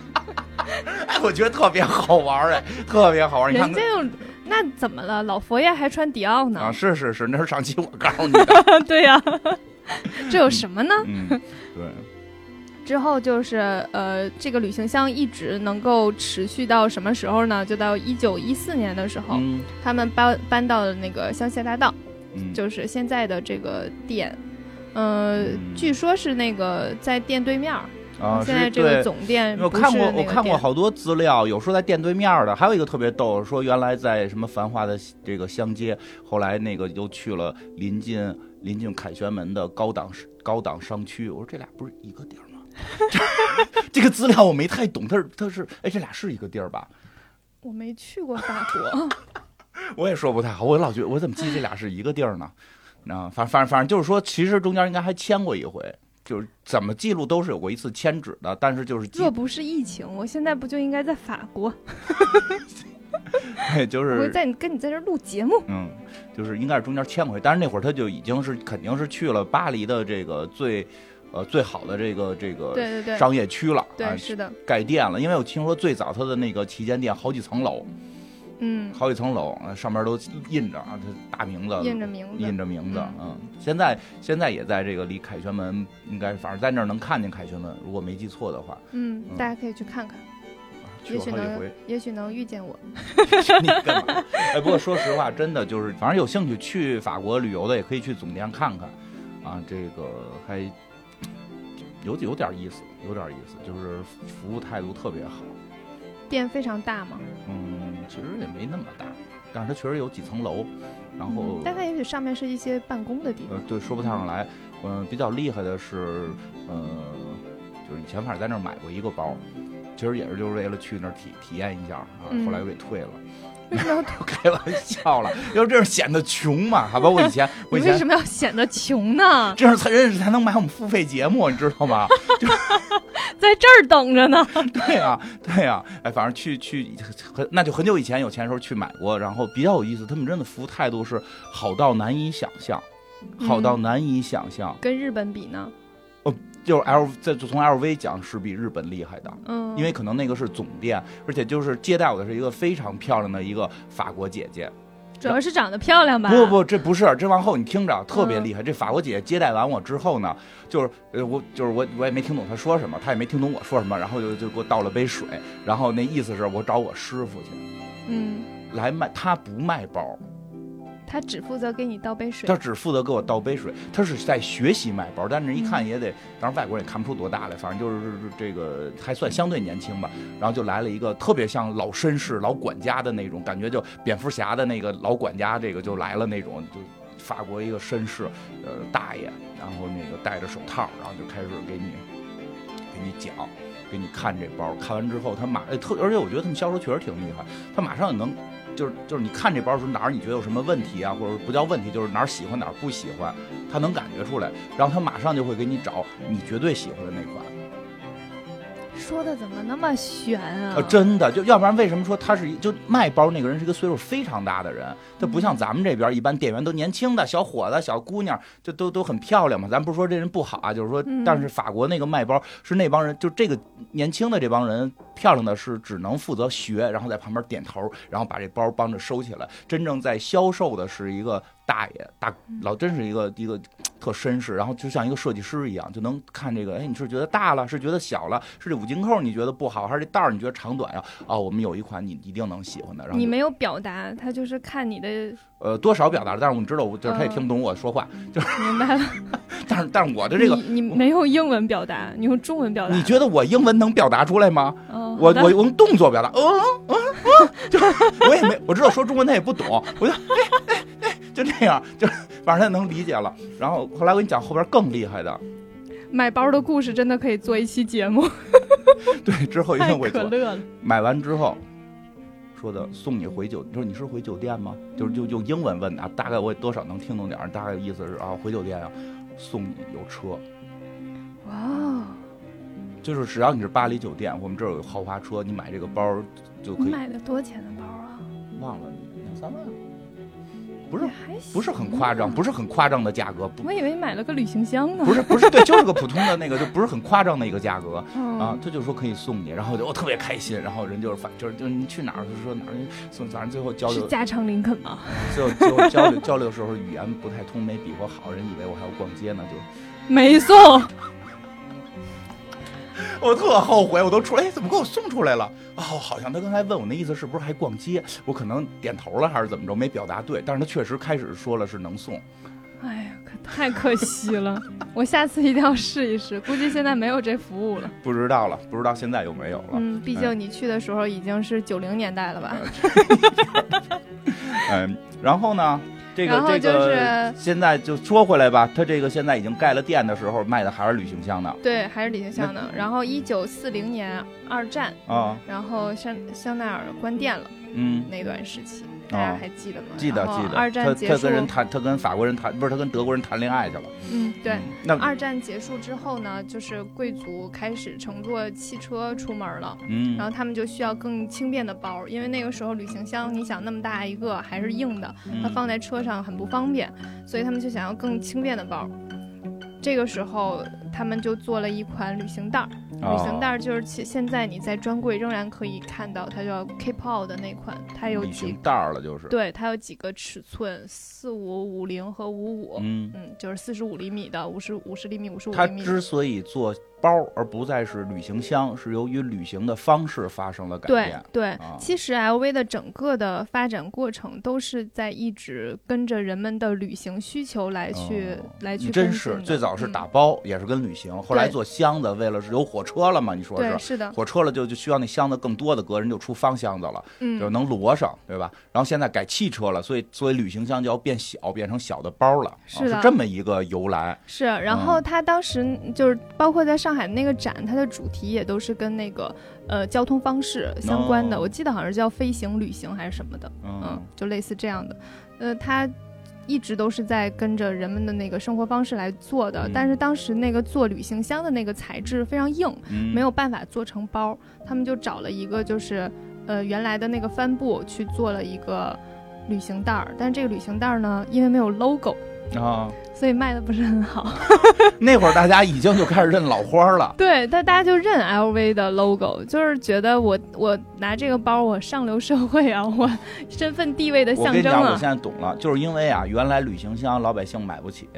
B: 哎，我觉得特别好玩儿哎，特别好玩儿。你看
A: 人
B: 看
A: 家用那怎么了？老佛爷还穿迪奥呢？
B: 啊，是是是，那是上期我告诉你的。
A: 对呀、这有什么呢？
B: 嗯，对，
A: 之后就是呃，这个旅行箱一直能够持续到什么时候呢？就到一九一四年的时候，
B: 嗯
A: 他们搬搬到了那个香榭大道，
B: 嗯，
A: 就是现在的这个店。呃，
B: 嗯
A: 据说是那个在店对面儿，
B: 啊，
A: 现
B: 是
A: 在这
B: 对
A: 个总店
B: 我
A: 嗯不是
B: 看过，
A: 那
B: 我
A: 个
B: 看过
A: 店
B: 好多资料，有说在店对面儿的，还有一个特别逗，说原来在什么繁华的这个乡街，后来那个又去了临近临近凯旋门的高档高档商区。我说这俩不是一个地儿吗？ 这个资料我没太懂，它是它是哎，这俩是一个地儿吧？
A: 我没去过法国，
B: 我也说不太好，我老觉得我怎么记得这俩是一个地儿呢？啊，反反反正就是说，其实中间应该还签过一回，就是怎么记录都是有过一次签纸的，但是就是记
A: 若不是疫情，我现在不就应该在法国？
B: 对， 就
A: 我会
B: 是
A: 在跟你在这儿录节目。
B: 嗯，就是应该是中间签过去，但是那会儿他就已经是肯定是去了巴黎的这个最，呃最好的这个这个
A: 对对对，
B: 商业区了，啊
A: 对，是的，
B: 盖店了。因为我听说最早他的那个旗舰店好几层楼，
A: 嗯，
B: 好几层楼，呃上面都印着啊他大名字，
A: 印着名字
B: 印，着名字，
A: 嗯
B: 嗯，现在现在也在这个离凯旋门应该反正在那儿能看见凯旋门，如果没记错的话，
A: 嗯
B: 嗯，
A: 大家可以去看看，
B: 啊去
A: 也
B: 过
A: 许
B: 好几回
A: 能。，也许能遇见我。
B: 你干嘛？哎，不过说实话，真的就是，反正有兴趣去法国旅游的，也可以去总店看看，啊，这个还有有点意思，有点意思，就是服务态度特别好。
A: 店非常大嘛，
B: 嗯，其实也没那么大，但是它确实有几层楼，然后
A: 嗯但它也许上面是一些办公的地
B: 呃
A: 方，，
B: 对，说不太上来。嗯、比较厉害的是，呃，就是以前反正在那儿买过一个包，其实也是就是为了去那儿体体验一下啊，
A: 嗯
B: 后来又给退了，呃
A: 为什么 要
B: 开玩笑了， 因为这是显得穷嘛，还包括 以前我以
A: 你为
B: 前
A: 什么要显得穷呢？
B: 这样才认识才能买我们付费节目，你知 道吗？
A: 在这儿等着 呢。
B: 对呀、对呀、哎，反正去去很，那就很久以前有钱的时候去买过，然后比较有意思，他们真的服务态度是好到难以想象，好到
A: 嗯
B: 难以想象。
A: 跟日本比呢，
B: 就是 L，这就从 LV 讲是比日本厉害的，
A: 嗯，
B: 因为可能那个是总店，而且就是接待我的是一个非常漂亮的一个法国姐姐。
A: 主要是长得漂亮吧？
B: 不不，这不是，这往后你听着特别
A: 嗯
B: 厉害。这法国姐姐接待完我之后呢，就是呃我就是我我也没听懂她说什么，她也没听懂我说什么，然后就就给我倒了杯水，然后那意思是我找我师傅去。
A: 嗯，
B: 来卖，他不卖包，
A: 他只负责给你倒杯水
B: 他。只负责给我倒杯水。他是在学习卖包，但是一看也得，当然外国人也看不出多大来，反正就是这个还算相对年轻吧。然后就来了一个特别像老绅士、老管家的那种感觉，就蝙蝠侠的那个老管家，这个就来了那种就。法国一个绅士，呃，大爷，然后那个戴着手套，然后就开始给你，给你讲，给你看这包。看完之后，他马、哎、特，而且我觉得他们销售确实挺厉害，他马上也能就是就是你看这包的时候哪儿你觉得有什么问题啊，或者不叫问题，就是哪儿喜欢哪儿不喜欢，他能感觉出来，然后他马上就会给你找你绝对喜欢的那款。
A: 说的怎么那么悬啊？
B: 呃，真的，就要不然为什么说他是一就卖包那个人是一个岁数非常大的人，他不像咱们这边一般店员都年轻的小伙子、小姑娘，就都都很漂亮嘛。咱不是说这人不好啊，就是说，
A: 嗯
B: 但是法国那个卖包是那帮人，就这个年轻的这帮人，漂亮的是只能负责学，然后在旁边点头，然后把这包帮着收起来。真正在销售的是一个大爷大
A: 嗯
B: 老，真是一个一个特绅士，然后就像一个设计师一样，就能看这个，哎，你是觉得大了，是觉得小了，是这五金扣你觉得不好，还是这带儿你觉得长短呀、啊？我们有一款你一定能喜欢的，然后
A: 你
B: 就
A: 没有表达，他就是看你的，
B: 呃多少表达了，但是我知道我就
A: 嗯
B: 是他也听不懂我说话，
A: 明白了。
B: 但是但是我的这个，
A: 你你没有英文表达，你用中文表达。
B: 你觉得我英文能表达出来吗？
A: 嗯，
B: 我
A: 好的
B: 我用动作表达，嗯嗯嗯，就是我也没我知道说中文他也不懂，我就哎哎哎就这样，就是反正他能理解了。然后后来我跟你讲后边更厉害的，
A: 买包的故事真的可以做一期节目，
B: 对，之后一
A: 太
B: 定会
A: 可
B: 做。
A: 乐了。
B: 买完之后，说的送你回酒，就是你是回酒店吗？就是就用英文问的啊，大概我也多少能听懂点儿，大概意思是啊，回酒店啊，送你有车，
A: 哇哦，
B: 就是只要你是巴黎酒店，我们这儿有豪华车，你买这个包就可
A: 你
B: 以。
A: 买的多钱的包啊？
B: 忘了两三万，啊不是
A: 也还行
B: 不是很夸张，
A: 啊
B: 不是很夸张的价格，不
A: 我以为买了个旅行箱呢。
B: 不是不是对，就是个普通的那个，就不是很夸张的一个价格。啊
A: 啊，，
B: 他就说可以送你，然后我就哦我特别开心，然后人就是反就是就是你去哪儿就说哪儿送，反正最后交流
A: 是加长林肯吗？
B: 最后最后交流交流的时候语言不太通，没比划好，人以为我还要逛街呢，就
A: 没送，
B: 我特后悔，我都出来，哎，怎么给我送出来了？哦，好像他刚才问我那意思是不是还逛街，我可能点头了还是怎么着，没表达对，但是他确实开始说了是能送，
A: 哎呀，可太可惜了。我下次一定要试一试，估计现在没有这服务了。
B: 不知道了，不知道现在有没有了。
A: 嗯，毕竟你去的时候已经是九零年代了吧？
B: 哎嗯，然后呢，这个
A: 然后就
B: 这个
A: 是
B: 现在就说回来吧，他这个现在已经盖了店的时候卖的还是旅行箱呢
A: 对，还是李行箱的。然后一九四零年二战，
B: 啊，
A: 然后香香奈儿关店了
B: 嗯。
A: 那段时期，大家还记得吗？
B: 哦记得
A: 然后
B: 记得，
A: 二
B: 他
A: 战结
B: 他
A: 束
B: 跟，人谈，他跟法国人谈，不是他跟德国人谈恋爱去了。
A: 嗯，对
B: 嗯。，那
A: 二战结束之后呢，就是贵族开始乘坐汽车出门了，
B: 嗯，
A: 然后他们就需要更轻便的包，因为那个时候旅行箱，你想那么大一个还是硬的，它
B: 嗯
A: 放在车上很不方便，所以他们就想要更轻便的包。这个时候，他们就做了一款旅行袋儿，旅行袋
B: 哦
A: 儿就是其现在你在专柜仍然可以看到，它叫 K-pop 的那款，它有
B: 旅
A: 几
B: 行袋儿了，就是。
A: 对，它有几个尺寸，四五五零和五五、
B: 嗯，
A: 嗯，就是四十五厘米的、五十五十厘米、五十五
B: 它
A: 厘米的。
B: 之所以做包而不再是旅行箱，是由于旅行的方式发生了改
A: 对
B: 变。
A: 对
B: 啊，
A: 其实 LV 的整个的发展过程都是在一直跟着人们的旅行需求来去、
B: 哦
A: 来去
B: 你真
A: 跟
B: 是
A: 进的
B: 最早是打
A: 嗯
B: 包，也是跟人旅行，后来做箱子，为了是有火车了嘛？你说
A: 对，
B: 是？
A: 是的，
B: 火车了就就需要那箱子更多的格，人就出方箱子了，就
A: 嗯，
B: 能摞上，对吧？然后现在改汽车了，所以所以旅行箱就要变小，变成小的包了，啊
A: 是的
B: 是这么一个由来。
A: 是。然
B: 嗯
A: 后他当时就是包括在上海的那个展，它的主题也都是跟那个呃交通方式相关的。
B: 哦
A: 我记得好像是叫飞行旅行还是什么的，嗯
B: 嗯，，
A: 就类似这样的。呃，他一直都是在跟着人们的那个生活方式来做的，
B: 嗯
A: 但是当时那个做旅行箱的那个材质非常硬，
B: 嗯
A: 没有办法做成包，他们就找了一个就是呃原来的那个帆布去做了一个旅行袋儿，但是这个旅行袋儿呢，因为没有 logo，
B: 啊，
A: 所以卖的不是很好。
B: 那会儿大家已经就开始认老花了。
A: 对，但大家就认 LV 的 logo，就是觉得我我拿这个包，我上流社会啊，我身份地位的
B: 我
A: 象
B: 跟你
A: 征
B: 讲，我
A: 啊
B: 现。在懂了，就是因为啊，原来旅行箱老百姓买不起，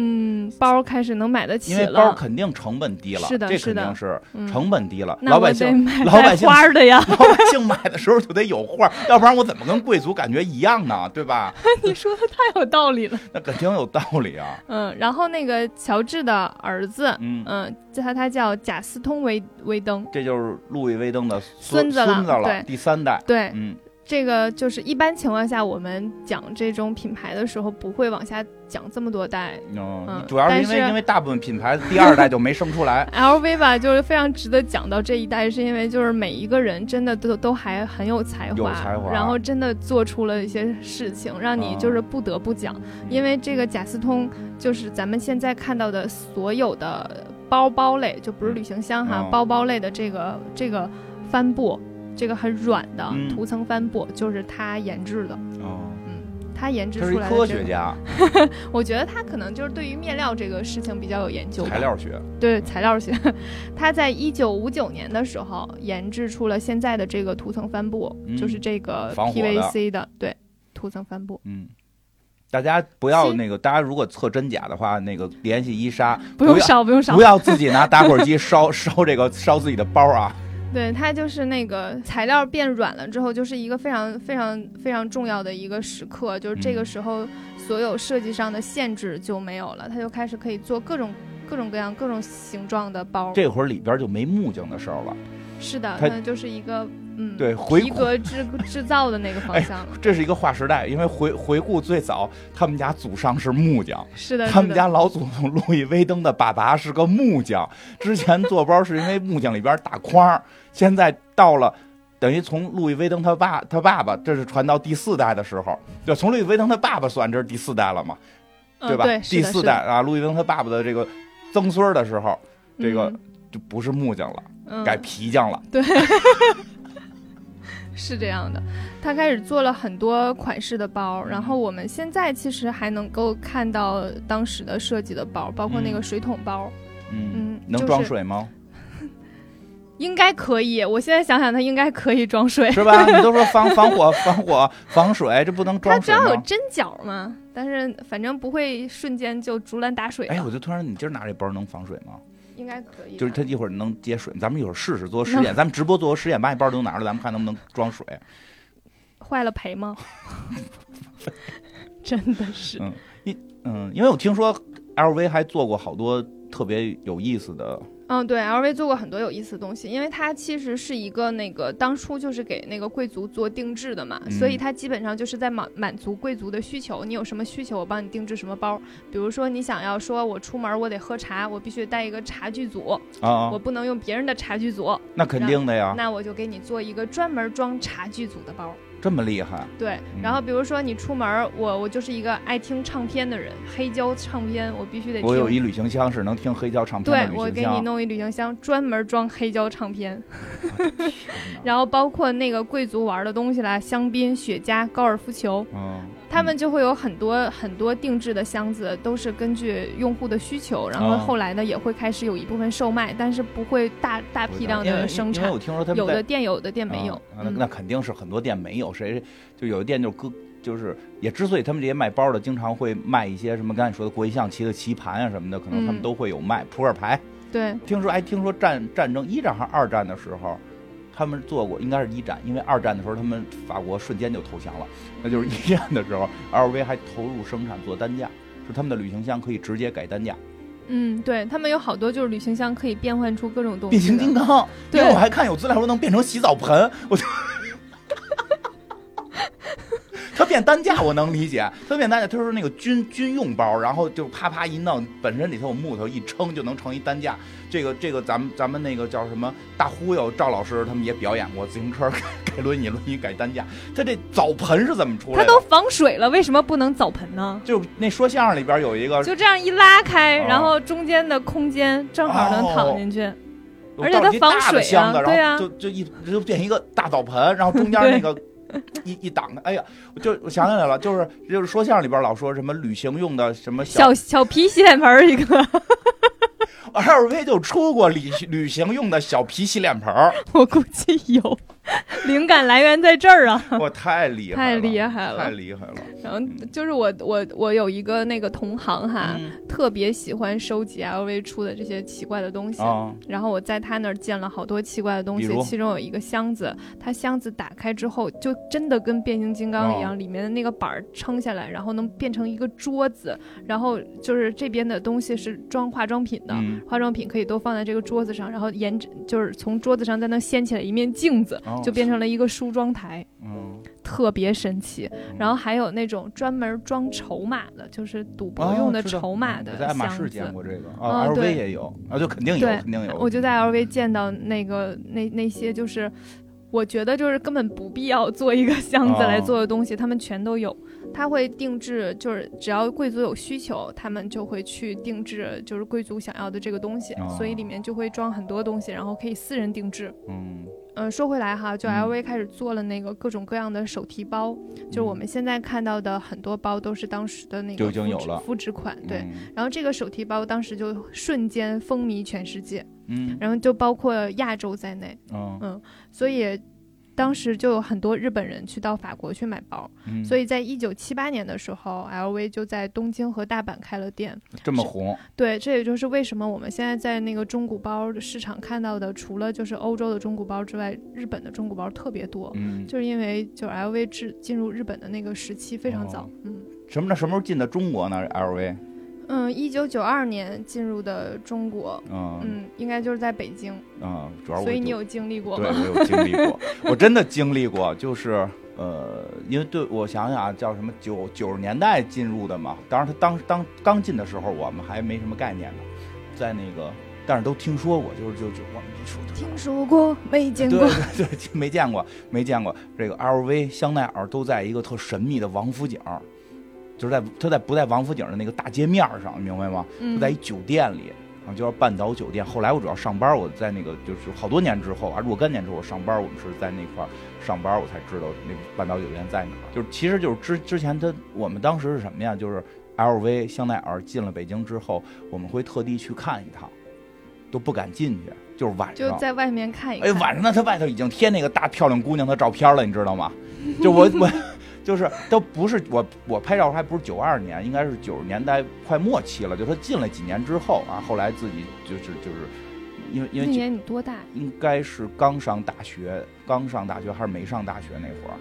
A: 嗯，包开始能买得起
B: 因为包
A: 了，
B: 肯定成本低了，
A: 是的
B: 这
A: 是
B: 肯
A: 的
B: 定是
A: 嗯
B: 成本低了。
A: 那
B: 老
A: 我
B: 百
A: 得
B: 姓，
A: 买
B: 老百
A: 带
B: 姓
A: 花儿的呀。
B: 老百姓买的时候就得有画，要不然我怎么跟贵族感觉一样呢？对吧？
A: 你说的太有道理了。
B: 那肯定有道理啊。
A: 嗯，然后那个乔治的儿子，
B: 嗯，
A: 嗯，叫他他叫贾斯通维维登。
B: 这就是路易威登的
A: 孙子了
B: 孙子了，
A: 对
B: 第三代。
A: 对，
B: 嗯，
A: 这个就是一般情况下我们讲这种品牌的时候，不会往下讲这么多代。
B: 嗯
A: 嗯，
B: 主要是因为
A: 但是。
B: 因为大部分品牌第二代就没生出来
A: LV 吧，就是非常值得讲到这一代，是因为就是每一个人真的都都还很有才华，
B: 有才华
A: 然后真的做出了一些事情，让你
B: 啊
A: 就是不得不讲。
B: 嗯
A: 因为这个贾斯通就是咱们现在看到的所有的包包类，就不是旅行箱哈，
B: 嗯
A: 包包类的这个这个帆布，这个很软的
B: 嗯
A: 涂层帆布，就是他研制的，
B: 哦，
A: 他研制
B: 他是一
A: 出来的、这个。
B: 科学家，
A: 我觉得他可能就是对于面料这个事情比较有研究吧，
B: 材料学。
A: 对材料学。 他在一九五九年的时候研制出了现在的这个涂层帆布，
B: 嗯
A: 就是这个
B: 防火的
A: PVC 的，对，涂层帆布。
B: 嗯，大家不要
A: 其
B: 那个，大家如果测真假的话，那个联系伊莎，
A: 不
B: 不
A: 用
B: 要
A: 烧，不用烧
B: 不。要自己拿打火机烧烧这个烧自己的包啊。
A: 对，它就是那个材料变软了之后，就是一个非常非常非常重要的一个时刻，就是
B: 嗯
A: 这个时候所有设计上的限制就没有了，它就开始可以做各种各种各样、各种形状的包。
B: 这会儿里边就没木匠的事儿了，
A: 是的，
B: 它
A: 那就是一个嗯，
B: 对回
A: 皮
B: 顾
A: 革
B: 哎
A: 制 制造的那个方向了。
B: 这是一个划时代。因为回回顾最早，他们家祖上是木匠，
A: 是的，
B: 他们
A: 是的
B: 家老祖宗路易威登的爸爸是个木匠，之前做包是因为木匠里边打框儿，现在到了。等于从路易威登他爸他爸爸，这是传到第四代的时候，就从路易威登他爸爸算，这是第四代了嘛？
A: 嗯
B: 对吧？
A: 对，
B: 第四代啊，路易威登他爸爸的这个曾孙儿的时候，这个就不是木匠了，改
A: 皮。嗯
B: 皮匠了。
A: 对，嗯是这样的。他开始做了很多款式的包，然
B: 嗯
A: 后我们现在其实还能够看到当时的设计的包，包括那个水桶包，
B: 嗯，
A: 嗯
B: 能
A: 就
B: 装
A: 是
B: 水吗？
A: 应该可以。我现在想想，它应该可以装水。
B: 是吧？你都说防防火、防火、防水，这不能
A: 它
B: 装
A: 只
B: 水
A: 要有
B: 吗？
A: 针脚嘛，但是反正不会瞬间就竹篮打水
B: 哎，
A: 了
B: 我就突然，你今儿拿这包能防水吗？
A: 应该可以吧。
B: 就是它一会儿能接水，咱们一会儿试 试做实验，咱们直播做个实验，把你包都拿出来，咱们看能不能装水。
A: 坏了赔 吗？真的是
B: 嗯，嗯，因为我听说 LV 还做过好多特别有意思的，
A: 嗯，对，LV 做过很多有意思的东西，因为它其实是一个那个当初就是给那个贵族做定制的嘛，所以
B: 嗯
A: 它基本上就是在满满足贵族的需求。你有什么需求，我帮你定制什么包。比如说你想要说我出门我得喝茶，我必须带一个茶具组，
B: 啊、
A: 我不能用别人的茶具组，
B: 那肯定的呀，
A: 那我就给你做一个专门装茶具组的包。
B: 这么厉害，
A: 对，
B: 嗯
A: 然后比如说你出门，我我就是一个爱听唱片的人，黑胶唱片我必须得听。
B: 我有一旅行箱是能听黑胶唱片
A: 对
B: 的，
A: 我
B: 旅
A: 给
B: 行
A: 你
B: 箱。
A: 弄一旅行箱，专门装黑胶唱片。
B: 天哪
A: 然后包括那个贵族玩的东西啦，香槟、雪茄、高尔夫球，
B: 嗯，
A: 他们就会有很多很多定制的箱子，都是根据用户的需求，然后
B: 哦
A: 后来呢也会开始有一部分售卖，但是不会大大批量
B: 因为
A: 的生
B: 因为
A: 产
B: 我，听说他们
A: 有
B: 在
A: 的店有有的店没有。
B: 啊那
A: 嗯
B: 那肯定是很多店没有，谁就有的店就搁就是也之所以他们这些卖包的经常会卖一些什么刚才你说的国际象棋的棋盘啊什么的，可能他们
A: 嗯
B: 都会有卖扑克牌。
A: 对，
B: 听说哎，听说战战争一战还是二战的时候，他们做过应该是一战，因为二战的时候他们法国瞬间就投降了，那就是一战的时候，LV 还投入生产做单价，是他们的旅行箱可以直接改单价，
A: 嗯，对他们有好多就是旅行箱可以变换出各种东西
B: 变
A: 的。
B: 形金刚，因
A: 对
B: 为我还看有资料说能变成洗澡盆， 我就。它变担架我能理解，它变担架，它是那个军军用包，然后就啪啪一弄，本身里头有木头，一撑就能成一担架。这个这个咱们咱们那个叫什么大忽悠赵老师他们也表演过自行车改改轮椅，轮椅改担架。它这澡盆是怎么出来
A: 它
B: 的？
A: 都防水了，为什么不能澡盆呢？
B: 就那说相声里边有一个，
A: 就这样一拉开，
B: 哦
A: 然后中间的空间正好能躺进去。
B: 我
A: 而且
B: 倒
A: 它
B: 是一
A: 防
B: 大的
A: 水
B: 箱子，
A: 啊对
B: 然
A: 啊
B: 后就就一就变一个大澡盆，然后中间那个一一挡开，哎呀，我就我想起来了，就是就是说相声里边老说什么旅行用的什么
A: 小小皮洗脸盆儿一个，
B: LV 就出过旅旅行用的小皮洗脸盆 儿，
A: 我估计有，灵感来源在这儿啊。
B: 我太厉害
A: 太
B: 了，
A: 厉害了
B: 太厉害了，
A: 然后就是我我我有一个那个同行哈，
B: 嗯
A: 特别喜欢收集 LV 出的这些奇怪的东西。
B: 啊，
A: 然后我在他那儿见了好多奇怪的东西
B: 比如，
A: 其中有一个箱子，它箱子打开之后就真的跟变形金刚一样，
B: 哦
A: 里面的那个板儿撑下来，然后能变成一个桌子，然后就是这边的东西是装化妆品的。
B: 嗯，
A: 化妆品可以都放在这个桌子上，然后沿着就是从桌子上再能掀起来一面镜子，
B: 哦
A: 就变成了一个梳妆台，
B: 嗯，
A: 特别神奇。
B: 嗯
A: 然后还有那种专门装筹码的，就是赌博
B: 哦
A: 用的
B: 知道
A: 筹码的
B: 我
A: 箱子。
B: 在爱马仕见过这个
A: 哦
B: 啊，LV
A: 对
B: 也有啊，就肯定有，
A: 对
B: 肯定有，
A: 我就在 LV 见到那个那那些就是，我觉得就是根本不必要做一个箱子
B: 哦
A: 来做的东西，他们全都有。他会定制，就是只要贵族有需求，他们就会去定制，就是贵族想要的这个东西，
B: 哦
A: 所以里面就会装很多东西，然后可以私人定制。
B: 嗯，
A: 嗯，说回来哈，就
B: 嗯
A: LV 开始做了那个各种各样的手提包，就是我们现在看到的很多包都是当时的那个
B: 就已经
A: 肤
B: 有
A: 质
B: 了
A: 肤质款，对。
B: 嗯
A: 然后这个手提包当时就瞬间风靡全世界，
B: 嗯
A: 然后就包括亚洲在内，
B: 嗯
A: 所以当时就有很多日本人去到法国去买包，
B: 嗯，
A: 所
B: 以
A: 以在一九七八年的时候，LV 就在东京和大阪开了店。
B: 这么红，
A: 对，这也就是为什么我们现在在那个中古包市场看到的，除了就是欧洲的中古包之外，日本的中古包特别多，
B: 嗯，
A: 就是因为就是 LV 进进入日本的那个时期非常早，
B: 哦
A: 嗯。
B: 什么呢？什么时候进的中国呢？LV，
A: 嗯，一九九二年进入的中国，
B: 嗯
A: 嗯，应该就是在北京，
B: 啊，主要我
A: 所以
B: 就
A: 你有经历过
B: 对
A: 吗？
B: 我有经历过，我真的经历过，就是呃，因为对我想想啊，叫什么九九十年代进入的嘛，当然他当当刚进的时候，我们还没什么概念呢，在那个，但是都听说过，就是就就我们一说就
A: 听说过，没见
B: 对
A: 过。
B: 对对，没见过，没见过。这个 LV、香奈儿都在一个特神秘的王府井儿，就是在它在不在王府井的那个大街面儿上，你明白吗？
A: 嗯
B: 它在一酒店里，啊，就叫半岛酒店。后来我主要上班，我在那个就是好多年之后啊，若干年之后我上班，我们是在那块儿上班，我才知道那个半岛酒店在哪儿。就是其实就是之之前它我们当时是什么呀？就是 LV、香奈儿进了北京之后，我们会特地去看一趟，都不敢进去，就是晚上
A: 就。在外面看一
B: 哎，
A: 看。
B: 晚上呢，他外头已经贴那个大漂亮姑娘的照片了，你知道吗？就我我就是都不是我我拍照还不是九二年，应该是九十年代快末期了，就说进来几年之后啊，后来自己就是就是因为因
A: 那
B: 为
A: 年你多大呀？
B: 应该是刚上大学，刚上大学还是没上大学那会儿。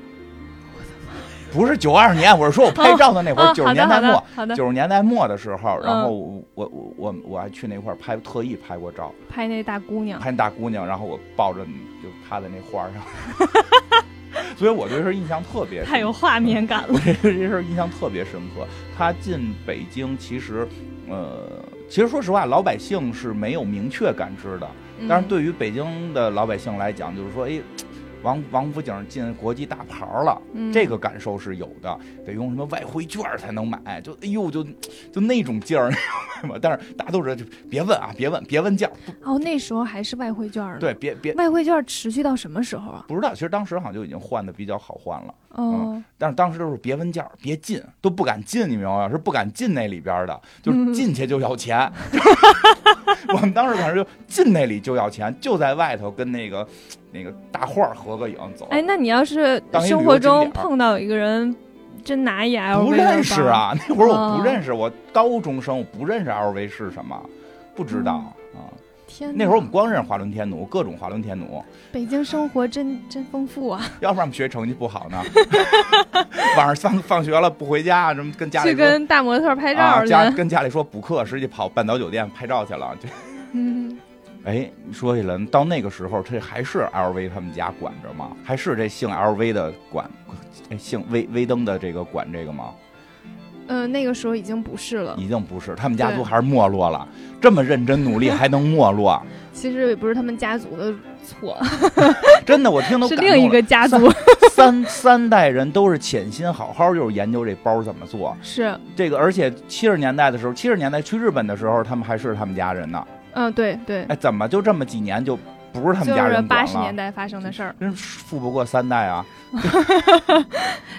B: 不是九二年，我是说我拍照的那会儿，
A: 哦
B: 九十年代末，
A: 好的，好的，
B: 九十年代末的时候，然
A: 嗯
B: 后我我我我我还去那块儿拍，特意拍过照。
A: 拍那大姑娘，
B: 拍大姑娘，然后我抱着你就趴在那花儿上， 所以我对这事儿印象特别深
A: 太有画面感
B: 我
A: 了。
B: 对这事儿印象特别深刻。他进北京，其实，呃，其实说实话，老百姓是没有明确感知的。但是
A: 嗯，
B: 对于北京的老百姓来讲，就是说，哎，王王府井进国际大牌儿了，
A: 嗯
B: 这个感受是有的，得用什么外汇券儿才能买，就哎呦，就就那种劲儿，你 明白吗？但是大家都知道，就别问啊，别问，别问价儿，不
A: 哦，那时候还是外汇券呢。，
B: 对，别别
A: 外汇券持续到什么时候啊？
B: 不知道，其实当时好像就已经换的比较好换了，
A: 哦，
B: 但是当时都是别问价儿，别进，都不敢进，你明白吗？是不敢进那里边儿的，就是进去就 要钱。我们当时反正就进那里就要钱，就在外头跟那个那个大画儿合个影走。
A: 哎，那你要是
B: 当一旅游
A: 生活中
B: 景点儿
A: 碰到一个人真拿一 LV
B: 不认识
A: 的包，
B: 啊，那会儿我
A: 哦嗯
B: 不认识，我高中生我不认识 LV 是什么，不知道啊。
A: 天哪，
B: 那会儿我们光认识华伦天奴，各种华伦天奴，
A: 北京生活真真丰富啊，
B: 要不然我们学习成绩不 好呢。晚上放放学了不回家，什么跟家里
A: 去
B: 说
A: 跟大模特拍照
B: 啊，
A: 去。
B: 家跟家里说补课，实际跑半岛酒店拍照去了。就
A: 嗯，
B: 哎，说起来，到那个时候，这还是 LV 他们家管着吗？还是这姓 LV 的管，哎，姓威威登的这个管这个吗？
A: 呃，那个时候已经不是了，
B: 已经不是，他们家
A: 对
B: 族还是没落了。这么认真努力还能没落，
A: 其实也不是他们家族的错，
B: 真的，我听都
A: 是
B: 感动了
A: 另一个家 族。
B: 三三代人都是潜心好好就是研究这包怎么做。
A: 是，
B: 这个，而且七十年代的时候，七十年代去日本的时候，他们还是他们家人呢。
A: 嗯，对对，
B: 哎，怎么就这么几年就不是他们
A: 就
B: 家
A: 是
B: 人管
A: 八
B: 了？
A: 十年代发生的事儿，
B: 真是富不过三代啊！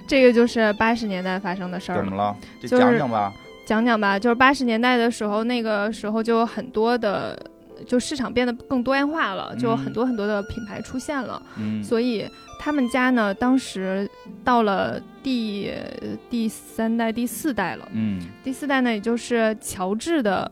A: 这个就是八十年代发生的事儿
B: 怎
A: 了。
B: 么了？这
A: 就是
B: 讲讲吧。
A: 讲讲吧，就是八十年代的时候，那个时候就有很多的，就市场变得更多样化了，
B: 嗯
A: 就有很多很多的品牌出现了，
B: 嗯，
A: 所以他们家呢，当时到了第第三代、第四代了，
B: 嗯
A: 第四代呢，也就是乔治的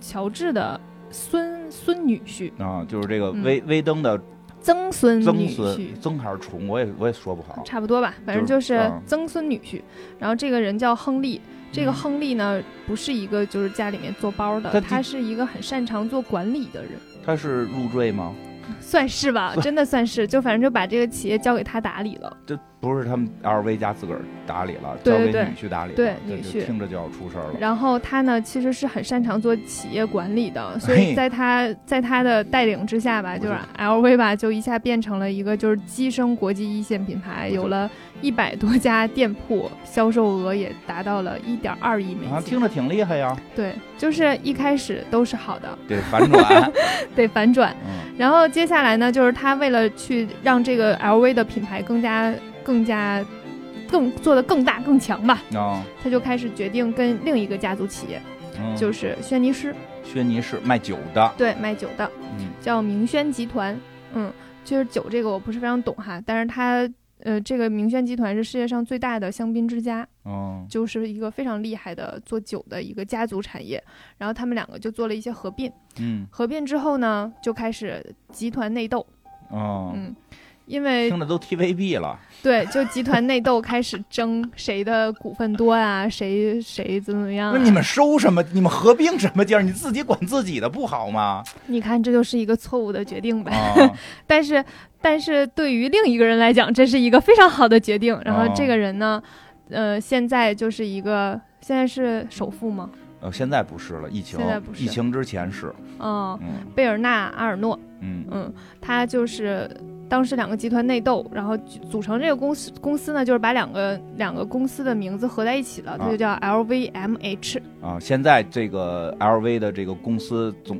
A: 乔治的孙孙女婿、
B: 啊，就是这个
A: 嗯
B: 威威登的
A: 曾孙
B: 曾
A: 女婿嗯
B: 孙，曾还是重，我也我也说不好。
A: 差不多吧，反正就
B: 就是
A: 是
B: 嗯
A: 曾孙女婿。然后这个人叫亨利，这个亨利呢，不是一个就是家里面做包的，
B: 他
A: 他是一个很擅长做管理的人，
B: 他是入赘吗？
A: 算是吧，真的算是，就反正就把这个企业交给他打理了。
B: 这不是他们 LV 家自个儿打理了，
A: 对对
B: 交
A: 对
B: 给女婿打理了。
A: 对
B: 这
A: 女
B: 就
A: 婿
B: 听着就要出事儿了。
A: 然后他呢，其实是很擅长做企业管理的，所以
B: 嘿
A: 在他在他的带领之下吧，
B: 我
A: 就是
B: 就
A: LV 吧，就一下变成了一个就是跻身国际一线品牌，
B: 我就
A: 有了一百多家店铺，销售额也达到了一点二亿美
B: 啊，
A: 金
B: 听。着挺厉害呀，
A: 对，就是一开始都是好的，
B: 得反 转。
A: 得反转。
B: 嗯
A: 然后接下来呢，就是他为了去让这个 LV 的品牌更加、更加、更做得更大、更强吧，
B: 啊，
A: 他就开始决定跟另一个家族企业，
B: 嗯
A: 就是轩尼诗，
B: 轩尼诗卖酒的，
A: 对，卖酒的，
B: 嗯
A: 叫明轩集团。嗯，就是酒这个我不是非常懂哈，但是它呃，这个明轩集团是世界上最大的香槟之家，
B: 嗯
A: 就是一个非常厉害的做酒的一个家族产业。然后他们两个就做了一些合并，
B: 嗯
A: 合并之后呢，就开始集团内斗。
B: 嗯，
A: 嗯，因为
B: 听着都 TVB 了。
A: 对，就集团内斗开始争谁的股份多啊，谁谁怎么样、
B: 不
A: 啊。
B: 是你们收什么？你们合并什么劲儿？你自己管自己的不 好吗？
A: 你看，这就是一个错误的决定呗。
B: 啊，
A: 但是，但是对于另一个人来讲，这是一个非常好的决定。然
B: 哦
A: 后这个人呢，呃，现在就是一个现在是首富吗？
B: 呃，现在不是了，疫情
A: 现在不，是
B: 疫情之前是，
A: 嗯，
B: 嗯
A: 贝尔纳·阿尔诺，
B: 嗯
A: 嗯，他就是当时两个集团内斗，然后组组成这个公司公司呢，就是把两个两个公司的名字合在一起了，它就叫 LVMH。
B: 啊，现在这个 LV 的这个公司总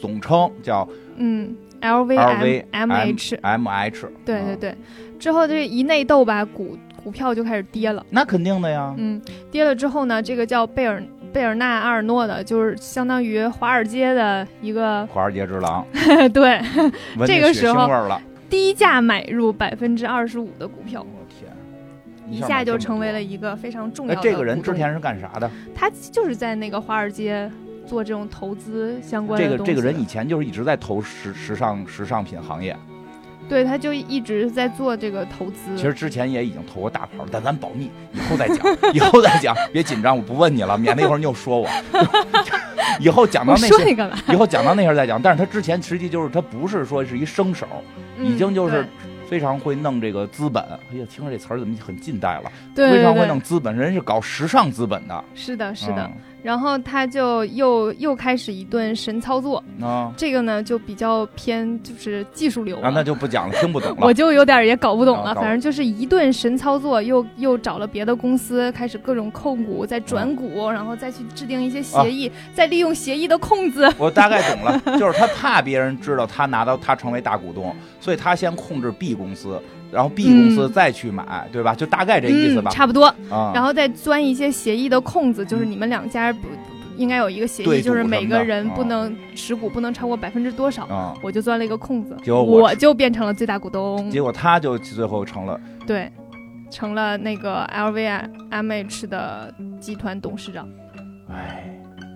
B: 总称叫 M，M
A: 嗯
B: LVMH
A: ，LVMH，
B: MH，
A: 对对
B: 啊，
A: 对，之后这一内斗吧，股股票就开始跌了。
B: 那肯定的呀，
A: 嗯，跌了之后呢，这个叫贝尔贝尔纳阿尔诺的，就是相当于华尔街的一 个
B: 华尔街 之狼
A: 对
B: 闻
A: 这
B: 见
A: 个
B: 血
A: 时
B: 腥
A: 候
B: 味儿了，
A: 低价买入百分之二十五的股票，
B: 我天，
A: 哦一
B: 买
A: 下
B: 这
A: 就
B: 么
A: 成为
B: 多
A: 了。一个非常重要
B: 那
A: 的。
B: 哎这个人之前是干啥的？
A: 他就是在那个华尔街做这种投资相关
B: 这
A: 的
B: 个
A: 东西
B: 这
A: 的。
B: 个人以前就是一直在投时时尚时尚品行业，
A: 对，他就一直在做这个投资。
B: 其实之前也已经投过大牌了，但咱保密，以后再讲，以后再讲， 别紧张，我不问你了，免得一会儿你又说我。 以后讲到
A: 我
B: 那
A: 说
B: 些，
A: 你干嘛？
B: 以后讲到那些再讲。但是他之前实际就是他不是说是一生手，
A: 嗯
B: 已经就是非常会弄这个资本。哎呀，听着这词儿怎么很近代了？
A: 嗯对对
B: 非常会
A: 对
B: 弄
A: 对，
B: 资本，人是搞时尚资本的。
A: 是的，是的。
B: 嗯，
A: 然后他就又又开始一顿神操作，
B: 啊
A: 这个呢就比较偏就是技术流了。
B: 啊，那就不讲了，听不懂
A: 我
B: 了。
A: 就有点儿也搞不懂
B: 啊
A: 了，
B: 搞
A: 反正就是一顿神操作，又又找了别的公司，开始各种控股，再转股，然后再去制定一些
B: 嗯啊
A: 协议，再利用协议的空子。
B: 我大概懂了，就是他怕别人知道他拿到他成为大股东，所以他先控制 B 公司，然后 B 公司
A: 嗯
B: 再去买，对吧？就大概这意思吧
A: 嗯，。差不多。
B: 啊，
A: 然后再钻一些协议的空子，就是
B: 嗯
A: 你们两家不不不应该有一个协
B: 对
A: 议，就是
B: 赌什
A: 每
B: 么
A: 个
B: 的
A: 人
B: 啊
A: 不能持股不能超过百分之多少。
B: 啊、
A: 我就钻了一个空子，
B: 结果我
A: 我就变成了最大股东，
B: 结果他就最后成了
A: 对，成了那个 LVMH 的集团董事长。
B: 哎，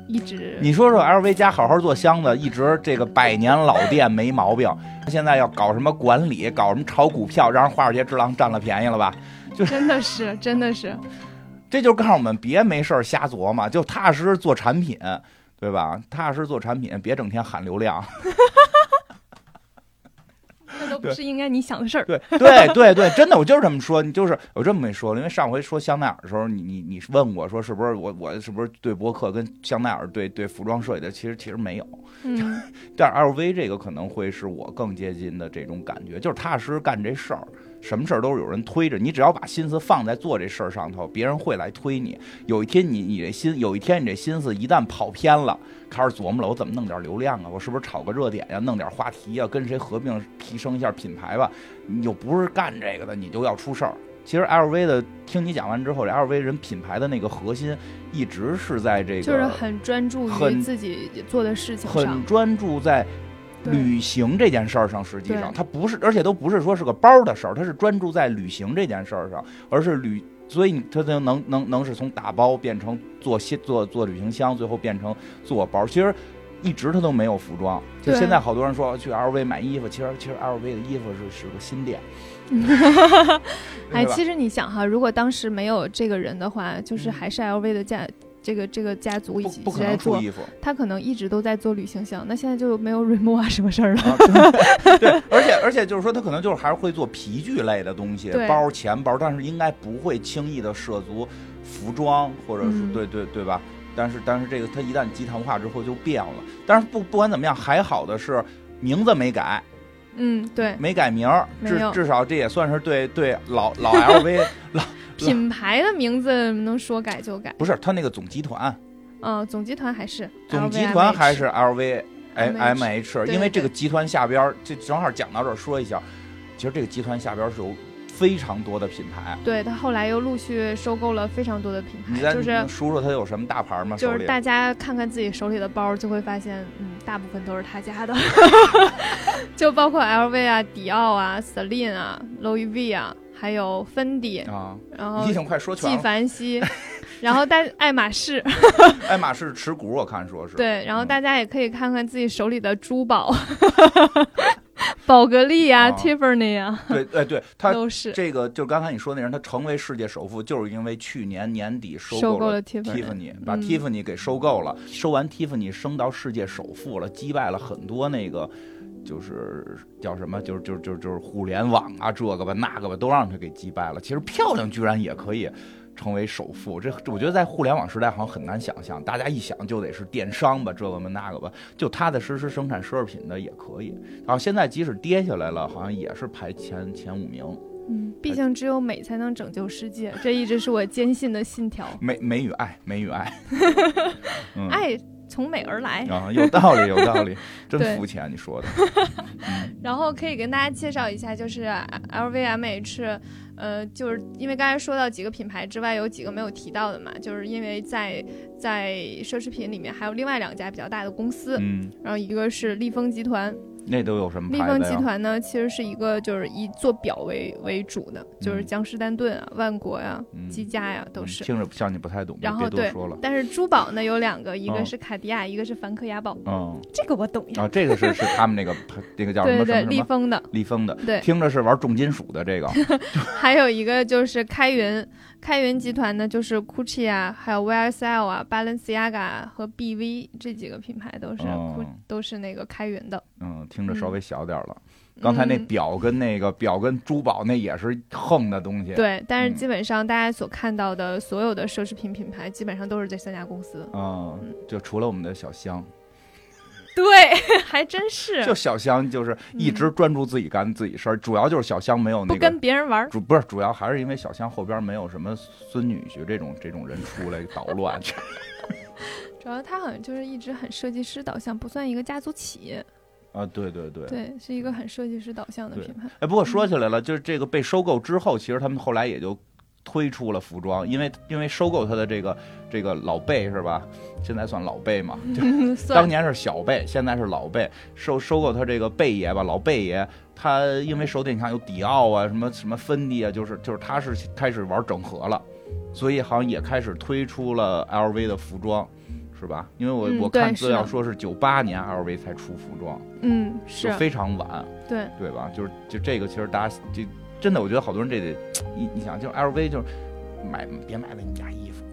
A: 一直
B: 你说说 LV 家好好做箱子，一直这个百年老店没毛病，现在要搞什么管理，搞什么炒股票，让人华尔街之狼占了便宜了吧？
A: 真的是真的 是，
B: 这就告诉我们别没事儿瞎琢磨，就踏实实做产品，对吧？踏实实做产品，别整天喊流量。
A: 那都不
B: 对
A: 是应该你想的事儿。
B: 对对对对，真的，我就是这么说，你就是我这么跟你说，因为上回说香奈儿的时候，你你你是问我说是不是我我是不是对播客跟香奈儿对对服装设计的，其实其实没有，
A: 嗯，
B: 但是 LV 这个可能会是我更接近的这种感觉，就是踏实干这事儿，什么事儿都是有人推着你，只要把心思放在做这事儿上头，别人会来推你。有一天你你这心，有一天你这心思一旦跑偏了，开始琢磨了，我怎么弄点流量啊？我是不是炒个热点呀、弄点话题呀、跟谁合并提升一下品牌吧？你又不是干这个的，你就要出事儿。其实 LV 的，听你讲完之后，这 LV 人品牌的那个核心一直是在这个，
A: 就是很专注于
B: 很
A: 自己做的事情上
B: 很，专注在
A: 对
B: 旅行这件事儿上，实际上
A: 对
B: 它不是，而且都不是说是个包的事儿，它是专注在旅行这件事儿上，而是旅，所以你它就能能能是从打包变成做新做做旅行箱，最后变成做包。其实一直它都没有服装，就
A: 对
B: 现在好多人说去 LV 买衣服，其实其实 LV 的衣服是是个 新店，
A: 哎，
B: 对吧
A: 其实你想哈，如果当时没有这个人的话，就是还是 LV 的家、这个这个家族一
B: 不
A: 起一
B: 不
A: 直
B: 可
A: 在
B: 能出
A: 做，
B: 衣服。
A: 他可能一直都在做旅行箱，那现在就没有 remove 啊什么事儿了。
B: 啊，对对，而且而且就是说，他可能就是还是会做皮具类的东西，
A: 对
B: 包、钱包，但是应该不会轻易的涉足服装，或者是、
A: 嗯
B: 对对对吧？但是但是这个它一旦集团化之后就变了。但是不不管怎么样，还好的是名字没改，
A: 嗯，对，
B: 没改名儿，
A: 没
B: 至
A: 有
B: 至少这也算是对对老老 LV
A: 品牌的名字能说改就改。
B: 不是他那个总集团，
A: 嗯、总集团还是
B: 总集团还是 LV。M
A: MH
B: H，
A: 对
B: 因为
A: 对
B: 这个集团下边儿，这正好讲到这儿说一下，其实这个集团下边儿是有非常多的品牌，
A: 对他后来又陆续收购了非常多的品
B: 你
A: 牌，
B: 再
A: 就是
B: 数数他有什么大牌吗？
A: 就
B: 手
A: 是
B: 里
A: 大家看看自己手里的包，就会发现，嗯，大部分都是他家的， 就包括 LV 啊、迪奥啊、Celine 啊、Louis V 啊，还有 Fendi，
B: 啊，
A: 然后
B: 你已经快说
A: 呃纪
B: 全了。
A: 梵希， 然后大爱马仕，
B: 爱马仕持股，我看说是。
A: 对，然后
B: 嗯
A: 大家也可以看看自己手里的珠 宝，宝格丽呀、
B: 啊
A: Tiffany 啊，
B: 对，哎，对他
A: 都是
B: 这个就刚才你说那人，他成为世界首富，就是因为去年年底收
A: 收
B: 购
A: 购
B: 了
A: 了 Tiffany。
B: Tiffany，把
A: 嗯
B: Tiffany 给收购了，收完 Tiffany 升到世界首富了，击败了很多那个。就是叫什么，就是就是就是就是互联网啊，这个吧那个吧，都让他给击败了。其实漂亮居然也可以成为首富，这这我觉得在互联网时代好像很难想象，大家一想就得是电商吧，这个吧那个吧，就踏踏实实生产奢侈品的也可以。然后现在即使跌下来了，好像也是排前前五名，
A: 嗯，毕
B: 哎
A: 竟只有美才能拯救世界，这一直是我坚信的信条。
B: 美美与爱，美与爱，嗯。
A: 爱从美而来。
B: 啊，有道理，有 道理，
A: 哎对
B: 真肤浅你说的。嗯
A: 然后可以跟大家介绍一下，就是 LVMH，呃，就是因为刚才说到几个品牌之外，有几个没有提到的嘛，就是因为在在奢侈品里面还有另外两家比较大的公司，
B: 嗯，
A: 然后一个是立丰集团，
B: 那都有什么
A: 立
B: 牌
A: 丰
B: 子
A: 集
B: 呀？
A: 团呢其实是一个就是以做表为为主的，就是江诗丹顿啊、万国呀、
B: 嗯
A: 积家呀都是。
B: 听着像你不太懂，别
A: 然后
B: 多
A: 对
B: 说了。
A: 但是珠宝呢有两个，一个
B: 嗯
A: 是卡地亚，一个是梵克雅宝，
B: 嗯，
A: 这个我懂呀。
B: 啊，这个是是他们 那个那个叫什
A: 对
B: 么
A: 对
B: 什
A: 对，
B: 么
A: 立
B: 什么
A: 丰的，
B: 立丰的，
A: 对，
B: 听着是玩重金属的 这个。
A: 还有一个就是开云，开云集团呢，就是 GUCCI 啊，还有 YSL 啊、Balenciaga 和 BV 这几个品牌都是、
B: 哦
A: 库都是那个开云的。
B: 嗯，听着稍微小点儿了。
A: 嗯
B: 刚才那表跟那个表跟珠宝那也是横的东西。，
A: 对，但
B: 嗯
A: 是基本上大家所看到的所有的奢侈品品牌，基本上都是这三家公司。
B: 嗯，就除了我们的小香，
A: 对，还真是嗯
B: 就小香就是一直专注自己干自己事儿，主要就是小香没有
A: 不
B: 那个
A: 跟别人玩儿。
B: 主不是主要还是因为小香后边没有什么孙女婿这种这种人出来捣乱，
A: 主要他好像就是一直很设计师导向，不算一个家族企业，
B: 啊，对对对。
A: 对，是一个很设计师导向的
B: 对
A: 品牌。
B: 哎，不过说起来了，就是这个被收购之后，其实他们后来也就推出了服装，因为因为收购他的这个这个老贝是吧？现在算老贝嘛，就
A: 嗯，
B: 当
A: 算
B: 年是小贝，现在是老贝，收收购他这个贝爷吧，老贝爷，他因为手底你看有迪奥啊，什么什么芬迪啊，就是就是他是开始玩整合了，所以好像也开始推出了 LV 的服装，是是吧？因为我、
A: 嗯
B: 我看
A: 对
B: 资
A: 是
B: 料
A: 的
B: 说是九八年 LV 才出服装，
A: 嗯，
B: 就是非常晚，
A: 对，
B: 对吧？就是就这个，其实大家这真的，我觉得好多人这得你你想，就是 LV 就是买别买你家 衣服，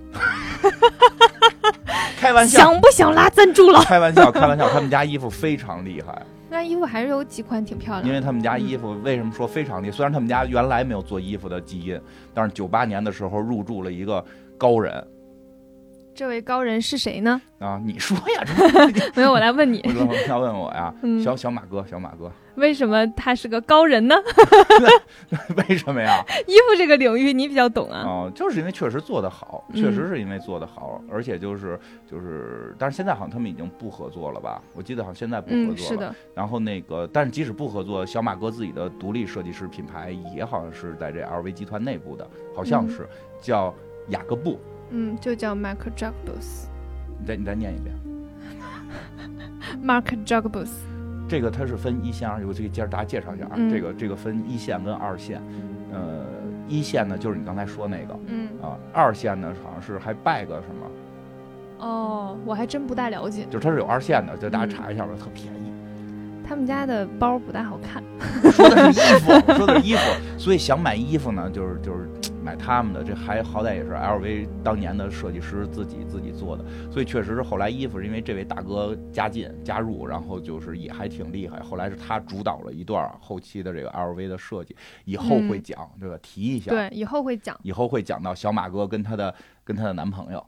B: 开玩笑，
A: 想不想拉赞助了？
B: 开玩笑，开玩笑，他们家衣服非常厉害。
A: 那衣服还是有几款挺漂
B: 因
A: 亮，
B: 为他们家衣服为什么说非常厉害？虽然他们家原来没有做衣服的基因，但是九八年的时候入驻了一个高人
A: 这位高人是谁呢？
B: 啊！你说呀，这
A: 没有，我来问你，
B: 不，知道要问我呀
A: 嗯
B: 小小马哥，小马哥，
A: 为什么他是个高人呢？
B: 为什么呀？
A: 衣服这个领域你比较懂啊。
B: 哦，就是因为确实做得好，
A: 嗯
B: 确实是因为做得好，而且就是就是，但是现在好像他们已经不合作了吧？我记得好像现在不合
A: 嗯，
B: 作
A: 是
B: 了。
A: 的，
B: 然后那个，但是即使不合作，小马哥自己的独立设计师品牌也好像是在这 LV 集团内部的，好像
A: 嗯
B: 是叫雅各布。
A: 嗯，就叫 Mark Jacobs。
B: 你再你再念一遍。
A: Mark Jacobs，
B: 这个它是分一线二线，我这个接着大家介绍一下啊，
A: 嗯
B: 这个这个分一线跟二线，呃，一线呢就是你刚才说那个
A: 嗯，
B: 啊，二线呢好像是还拜个什么，
A: 哦，我还真不大了解，
B: 就是它是有二线的，就大家
A: 嗯
B: 查一下吧，特便宜。
A: 他们家的包不大好看。
B: 我说的是衣服，我说的是衣服，所以想买衣服呢，就是就是买他们的，这还好歹也是 LV 当年的设计师自己自己做的，所以确实是后来衣服是因为这位大哥加进加入，然后就是也还挺厉害，后来是他主导了一段后期的这个 LV 的设计，以后会讲、这个提一下。
A: 嗯对，以后会讲。
B: 以后会讲到小马哥跟她的跟她的男朋友，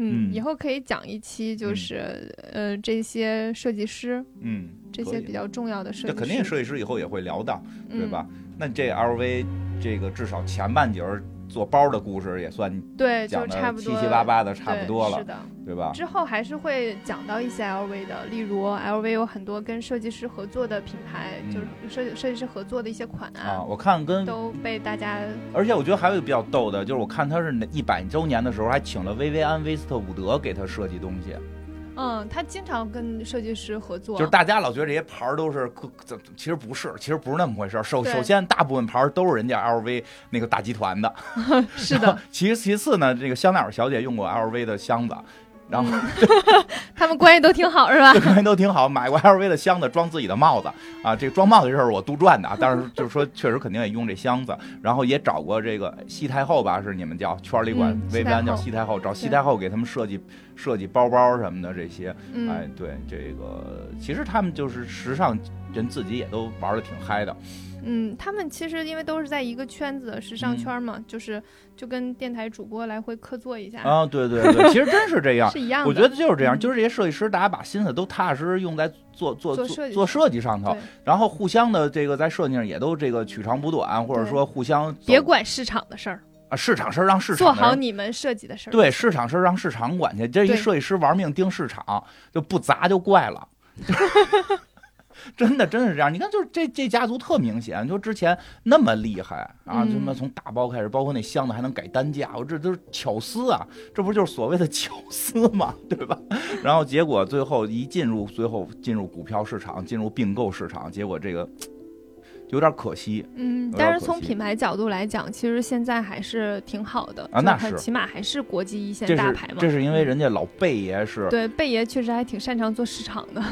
A: 嗯，
B: 嗯
A: 以后可以讲一期，就
B: 嗯
A: 是呃这些设计师，
B: 嗯，
A: 这
B: 可
A: 些
B: 以
A: 比较重要的设计
B: 这
A: 师，
B: 肯定设计师以后也会聊到，
A: 嗯
B: 对吧？？那这 LV 这个至少前半截儿做包的故事也算
A: 嗯对，就
B: 讲
A: 差
B: 的
A: 不
B: 七
A: 多，
B: 七八八的差不
A: 对
B: 多了啊
A: 是，的，
B: 对吧？
A: 之后还是会讲到一些 LV 的，例如 LV 有很多跟设计师合作的品牌，
B: 嗯
A: 就是设设计师合作的一些款
B: 啊，我看跟，
A: 嗯都被大家
B: 而且我觉得还有一个比较逗的，就是我看他是一百周年的时候还请了薇薇安·威斯特伍德给他设计东西，
A: 嗯，他经常跟设计师合作，
B: 就是大家老觉得这些牌儿都是，怎其实不是，其实不是那么回事儿。首
A: 对
B: 首先，大部分牌儿都是人家 LV 那个大集团的，
A: 是的，
B: 其其次呢，这个香奈儿小姐用过 LV 的箱子，然后
A: 嗯 他们关系都挺好，是吧
B: 这？关系都挺好，买过 LV 的箱子装自己的帽子啊，这个装帽子这事儿我杜撰的啊，但是就是说确实肯定也用这箱子，然后也找过这个西太后吧，是你们叫圈里管
A: 嗯
B: 薇
A: 西
B: 薇
A: 太
B: 安叫
A: 后
B: 西太后，找西
A: 对
B: 太后给他们设计设计包包什么的这些，哎
A: 嗯，
B: 对这个其实他们就是时尚人自己也都玩的挺嗨的，
A: 嗯，他们其实因为都是在一个圈子，时
B: 嗯
A: 尚圈嘛，就是就跟电台主播来回客座一下，
B: 啊对对对，其实真是这样，
A: 是一样的。
B: 我觉得就是这样，
A: 嗯
B: 就是这些设计师，大家把心思都踏实实用在做
A: 做
B: 做做
A: 设计
B: 做设计上头
A: 对，
B: 然后互相的这个在设计上也都这个取长补短，或者说互相走
A: 别管市场的事儿，
B: 啊市场事儿让市
A: 做
B: 场的
A: 好
B: 人
A: 你们设计的事儿。
B: 对市场事儿让市场管去，这一
A: 对
B: 设计师玩命盯市场，就不砸就怪了。 真的，真是这样。你看，就是这这家族特明显，就之前那么厉害啊，
A: 嗯
B: 什么从大包开始，包括那箱子还能改单价，我这都是巧思啊，这不就是所谓的巧思嘛，对吧？ 然后结果最后一进入，最后进入股票市场，进入并购市场，结果这个有点可惜
A: 嗯
B: 有，点
A: 但是
B: 可
A: 从
B: 惜
A: 品牌角度来讲，其实现在还是挺好的
B: 啊那
A: 就很
B: 是
A: 起码还是国际一线
B: 这
A: 大
B: 是
A: 牌嘛嗯
B: 这。是因为人家老贝爷是，
A: 对，贝爷确实还挺擅长做市场的。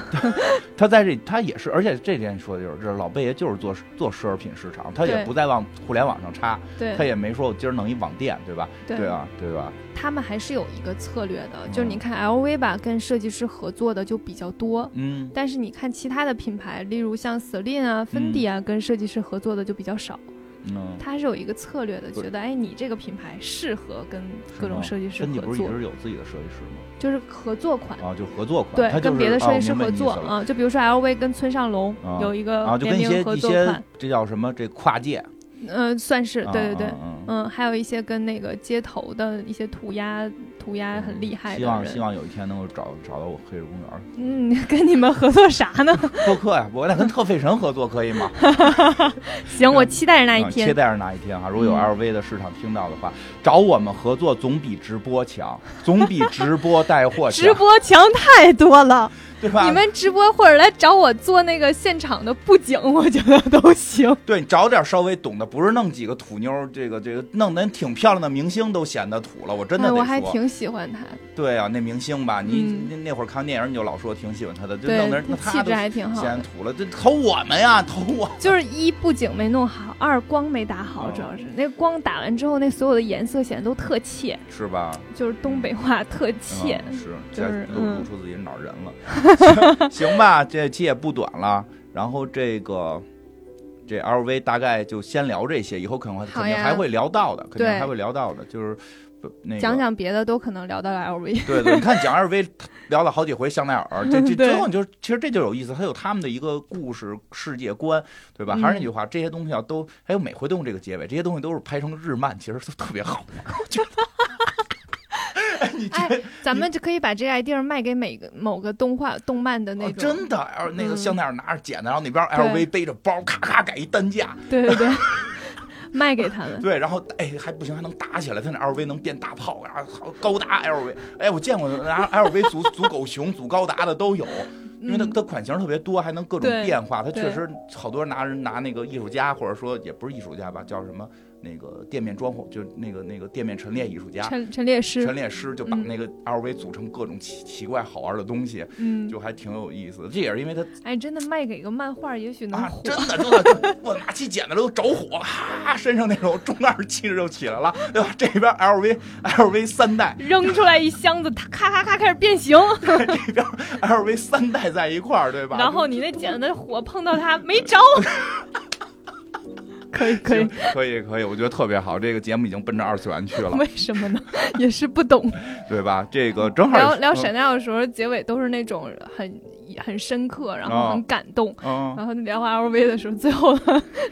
B: 他在这他也是，而且这点说的就是，这老贝爷就是做做奢侈品市场，他也
A: 对
B: 不再往互联网上插，他
A: 对
B: 也没说我今儿弄一网店，对吧？对，啊，对吧？
A: 他们还是有一个策略的，就是你
B: 嗯
A: 看 LV 吧，跟设计师合作的就比较多。
B: 嗯，
A: 但是你看其他的品牌，例如像 Celine 啊、芬迪啊，跟设计师合作的就比较少。
B: 嗯，
A: 他是有一个策略的，
B: 对
A: 觉得哎，你这个品牌适合跟各种设计师
B: 身体不
A: 合
B: 是一
A: 作，
B: 直有自己的设计师吗？
A: 就是合作款，
B: 啊，就合作款，
A: 对
B: 他，就是
A: 跟别的设计
B: 啊
A: 师
B: 我明白
A: 合
B: 你意思
A: 作
B: 了
A: 啊，就比如说 LV 跟村上隆
B: 啊
A: 有一个
B: 啊，就跟
A: 联
B: 一些
A: 名合
B: 一
A: 作
B: 些
A: 款，
B: 这叫什么这跨界，
A: 嗯，算是
B: 啊
A: 对对对
B: 啊，嗯嗯
A: 嗯，还有一些跟那个街头的一些涂鸦涂鸦很厉害
B: 啊希
A: 的
B: 望
A: 人
B: 希，望有一天能够找找到我黑水公园
A: 嗯，跟你们合作啥呢？
B: 做客呀，我俩跟特费神合作可以吗？
A: 行，我期待着那一
B: 嗯期
A: 天。
B: 待着那一天哈、如果有
A: 嗯
B: LV 的市场听到的话，找我们 合作总比直播强，总比直播带货强
A: 直。播强太多了，
B: 对吧？
A: 你们直播或者来找我做那个现场的布景，我觉得都行。
B: 对你找点稍微懂的，不是弄几个土妞儿，这个这个弄得挺漂亮的明星都显得土了。我真的
A: 哎
B: 得说，
A: 我还挺喜欢他，
B: 对啊，那明星吧，你、
A: 嗯
B: 那那会儿看电影你就老说挺喜欢他的，就
A: 对
B: 弄得人那，
A: 气
B: 他都
A: 质还挺好
B: 显
A: 的。
B: 土了，这投我们呀，投我。
A: 就是一布景没弄好，二光没打好，
B: 哦
A: 主要是那光打完之后，那所有的颜色显得都特切，
B: 是吧？
A: 就是东北话特切。
B: 嗯、是，
A: 就
B: 这
A: 是
B: 都
A: 嗯
B: 露出自己哪儿人了。 行行吧，这期也不短了，然后这个。这 LV 大概就先聊这些，以后肯定肯
A: 好
B: 定
A: 呀
B: 还会聊到的，肯定
A: 对
B: 还会聊到的，就是不那个
A: 讲讲别的都可能聊到了 LV，
B: 对对，你看讲 LV 聊了好几回香奈儿， 这这
A: 对
B: 最后你就其实这就有意思，它有他们的一个故事世界观，对吧？
A: 嗯
B: 还是那句话，这些东西啊都还有每回都用这个结尾，这些东西都是拍成日漫，其实都特别好。 哎
A: 哎咱们就可以把这 idea 卖给每个某个动画动漫的那
B: 哦、
A: 种。
B: 真的，L 那个
A: 嗯
B: 香奈儿拿着剪子，然后那边
A: 对
B: LV 背着包，咔咔给一担架，
A: 对对 对，卖给他们。
B: 对，然后哎还不行还能打起来，他那 LV 能变大炮，然后好高达 LV，哎我见过 拿 LV 组组狗熊、组高达的都有。因为它
A: 嗯
B: 它款型特别多，还能各种
A: 对
B: 变化。它确
A: 对
B: 实好多人拿人拿那个艺术家，或者说也不是艺术家吧，叫什么那个店面装潢，就那个那个店面陈列艺术家、
A: 陈陈列
B: 陈
A: 师，
B: 列师，就把
A: 嗯
B: 那个 LV 组成各种奇奇怪好玩的东西，
A: 嗯，
B: 就还挺有意思的。这也是因为它
A: 哎，真的卖给个漫画，也许能
B: 啊，
A: 火
B: 真。的真的，我拿起剪子都着火，哈、身上那种中二气质就起来了，对吧？这边 LV LV 三代，
A: 扔出来一箱子，它咔咔咔开始变形，
B: 这边 LV 三代在一块儿，对吧？
A: 然后你那剪子火碰到它没着。可以可以
B: 行， 可以可以，我觉得特别好，这个节目已经奔着二次元去了。
A: 为什 么呢？也是不懂。
B: 对吧？这个正好嗯
A: 聊聊
B: 神，
A: 闪亮的时候，结尾都是那种很很深刻，然后很感动。
B: 嗯。
A: 然后聊 LV 的时候，最后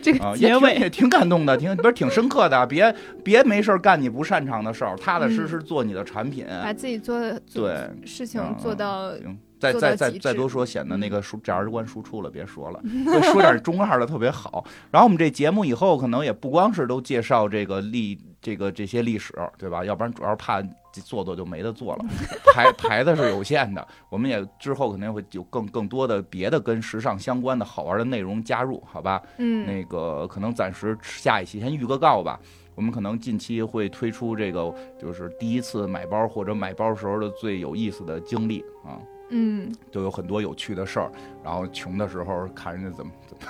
A: 这
B: 啊，
A: 个嗯结
B: 也挺
A: 尾
B: 也挺感动的，挺不是挺深刻的。啊别别没事儿干你不擅长的事儿，踏踏实
A: 嗯
B: 实做你的产品。
A: 把自己做的做
B: 对，
A: 事情
B: 嗯
A: 做到
B: 行，再
A: 做
B: 再
A: 到
B: 再
A: 极
B: 再
A: 致
B: 多说，显得那个输价值观输出了，别 说了，再说点中二的特别好。然后我们这节目以后可能也不光是都介绍这个历这个这些历史，对吧？要不然主要怕做做就没得做了，排排的是有限的。我们也之后肯定会有更更多的别的跟时尚相关的好玩的内容加入，好吧？
A: 嗯
B: 啊那个可能暂时下一期先预个告吧。我们可能近期会推出这个，就是第一次买包或者买包时候的最有意思的经历啊，
A: 嗯，
B: 都有很多有趣的事儿。然后穷的时候看人家怎么 怎么，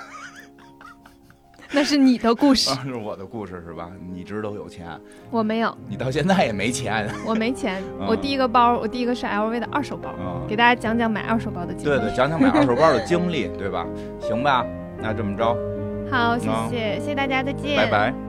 A: 那是你的故事，
B: 啊是我的故事是吧？你一直都有钱，
A: 我没有，
B: 你到现在也 没钱
A: 我没钱。
B: 嗯
A: 我第一个包，我第一个是 LV 的二手包，
B: 啊。
A: 给大家讲讲买二手包的经
B: 对
A: 历。
B: 对，讲讲买二手包的经历，对吧？行吧，那这么着，
A: 好，谢
B: 啊
A: 谢，谢谢大家，再见，
B: 拜拜。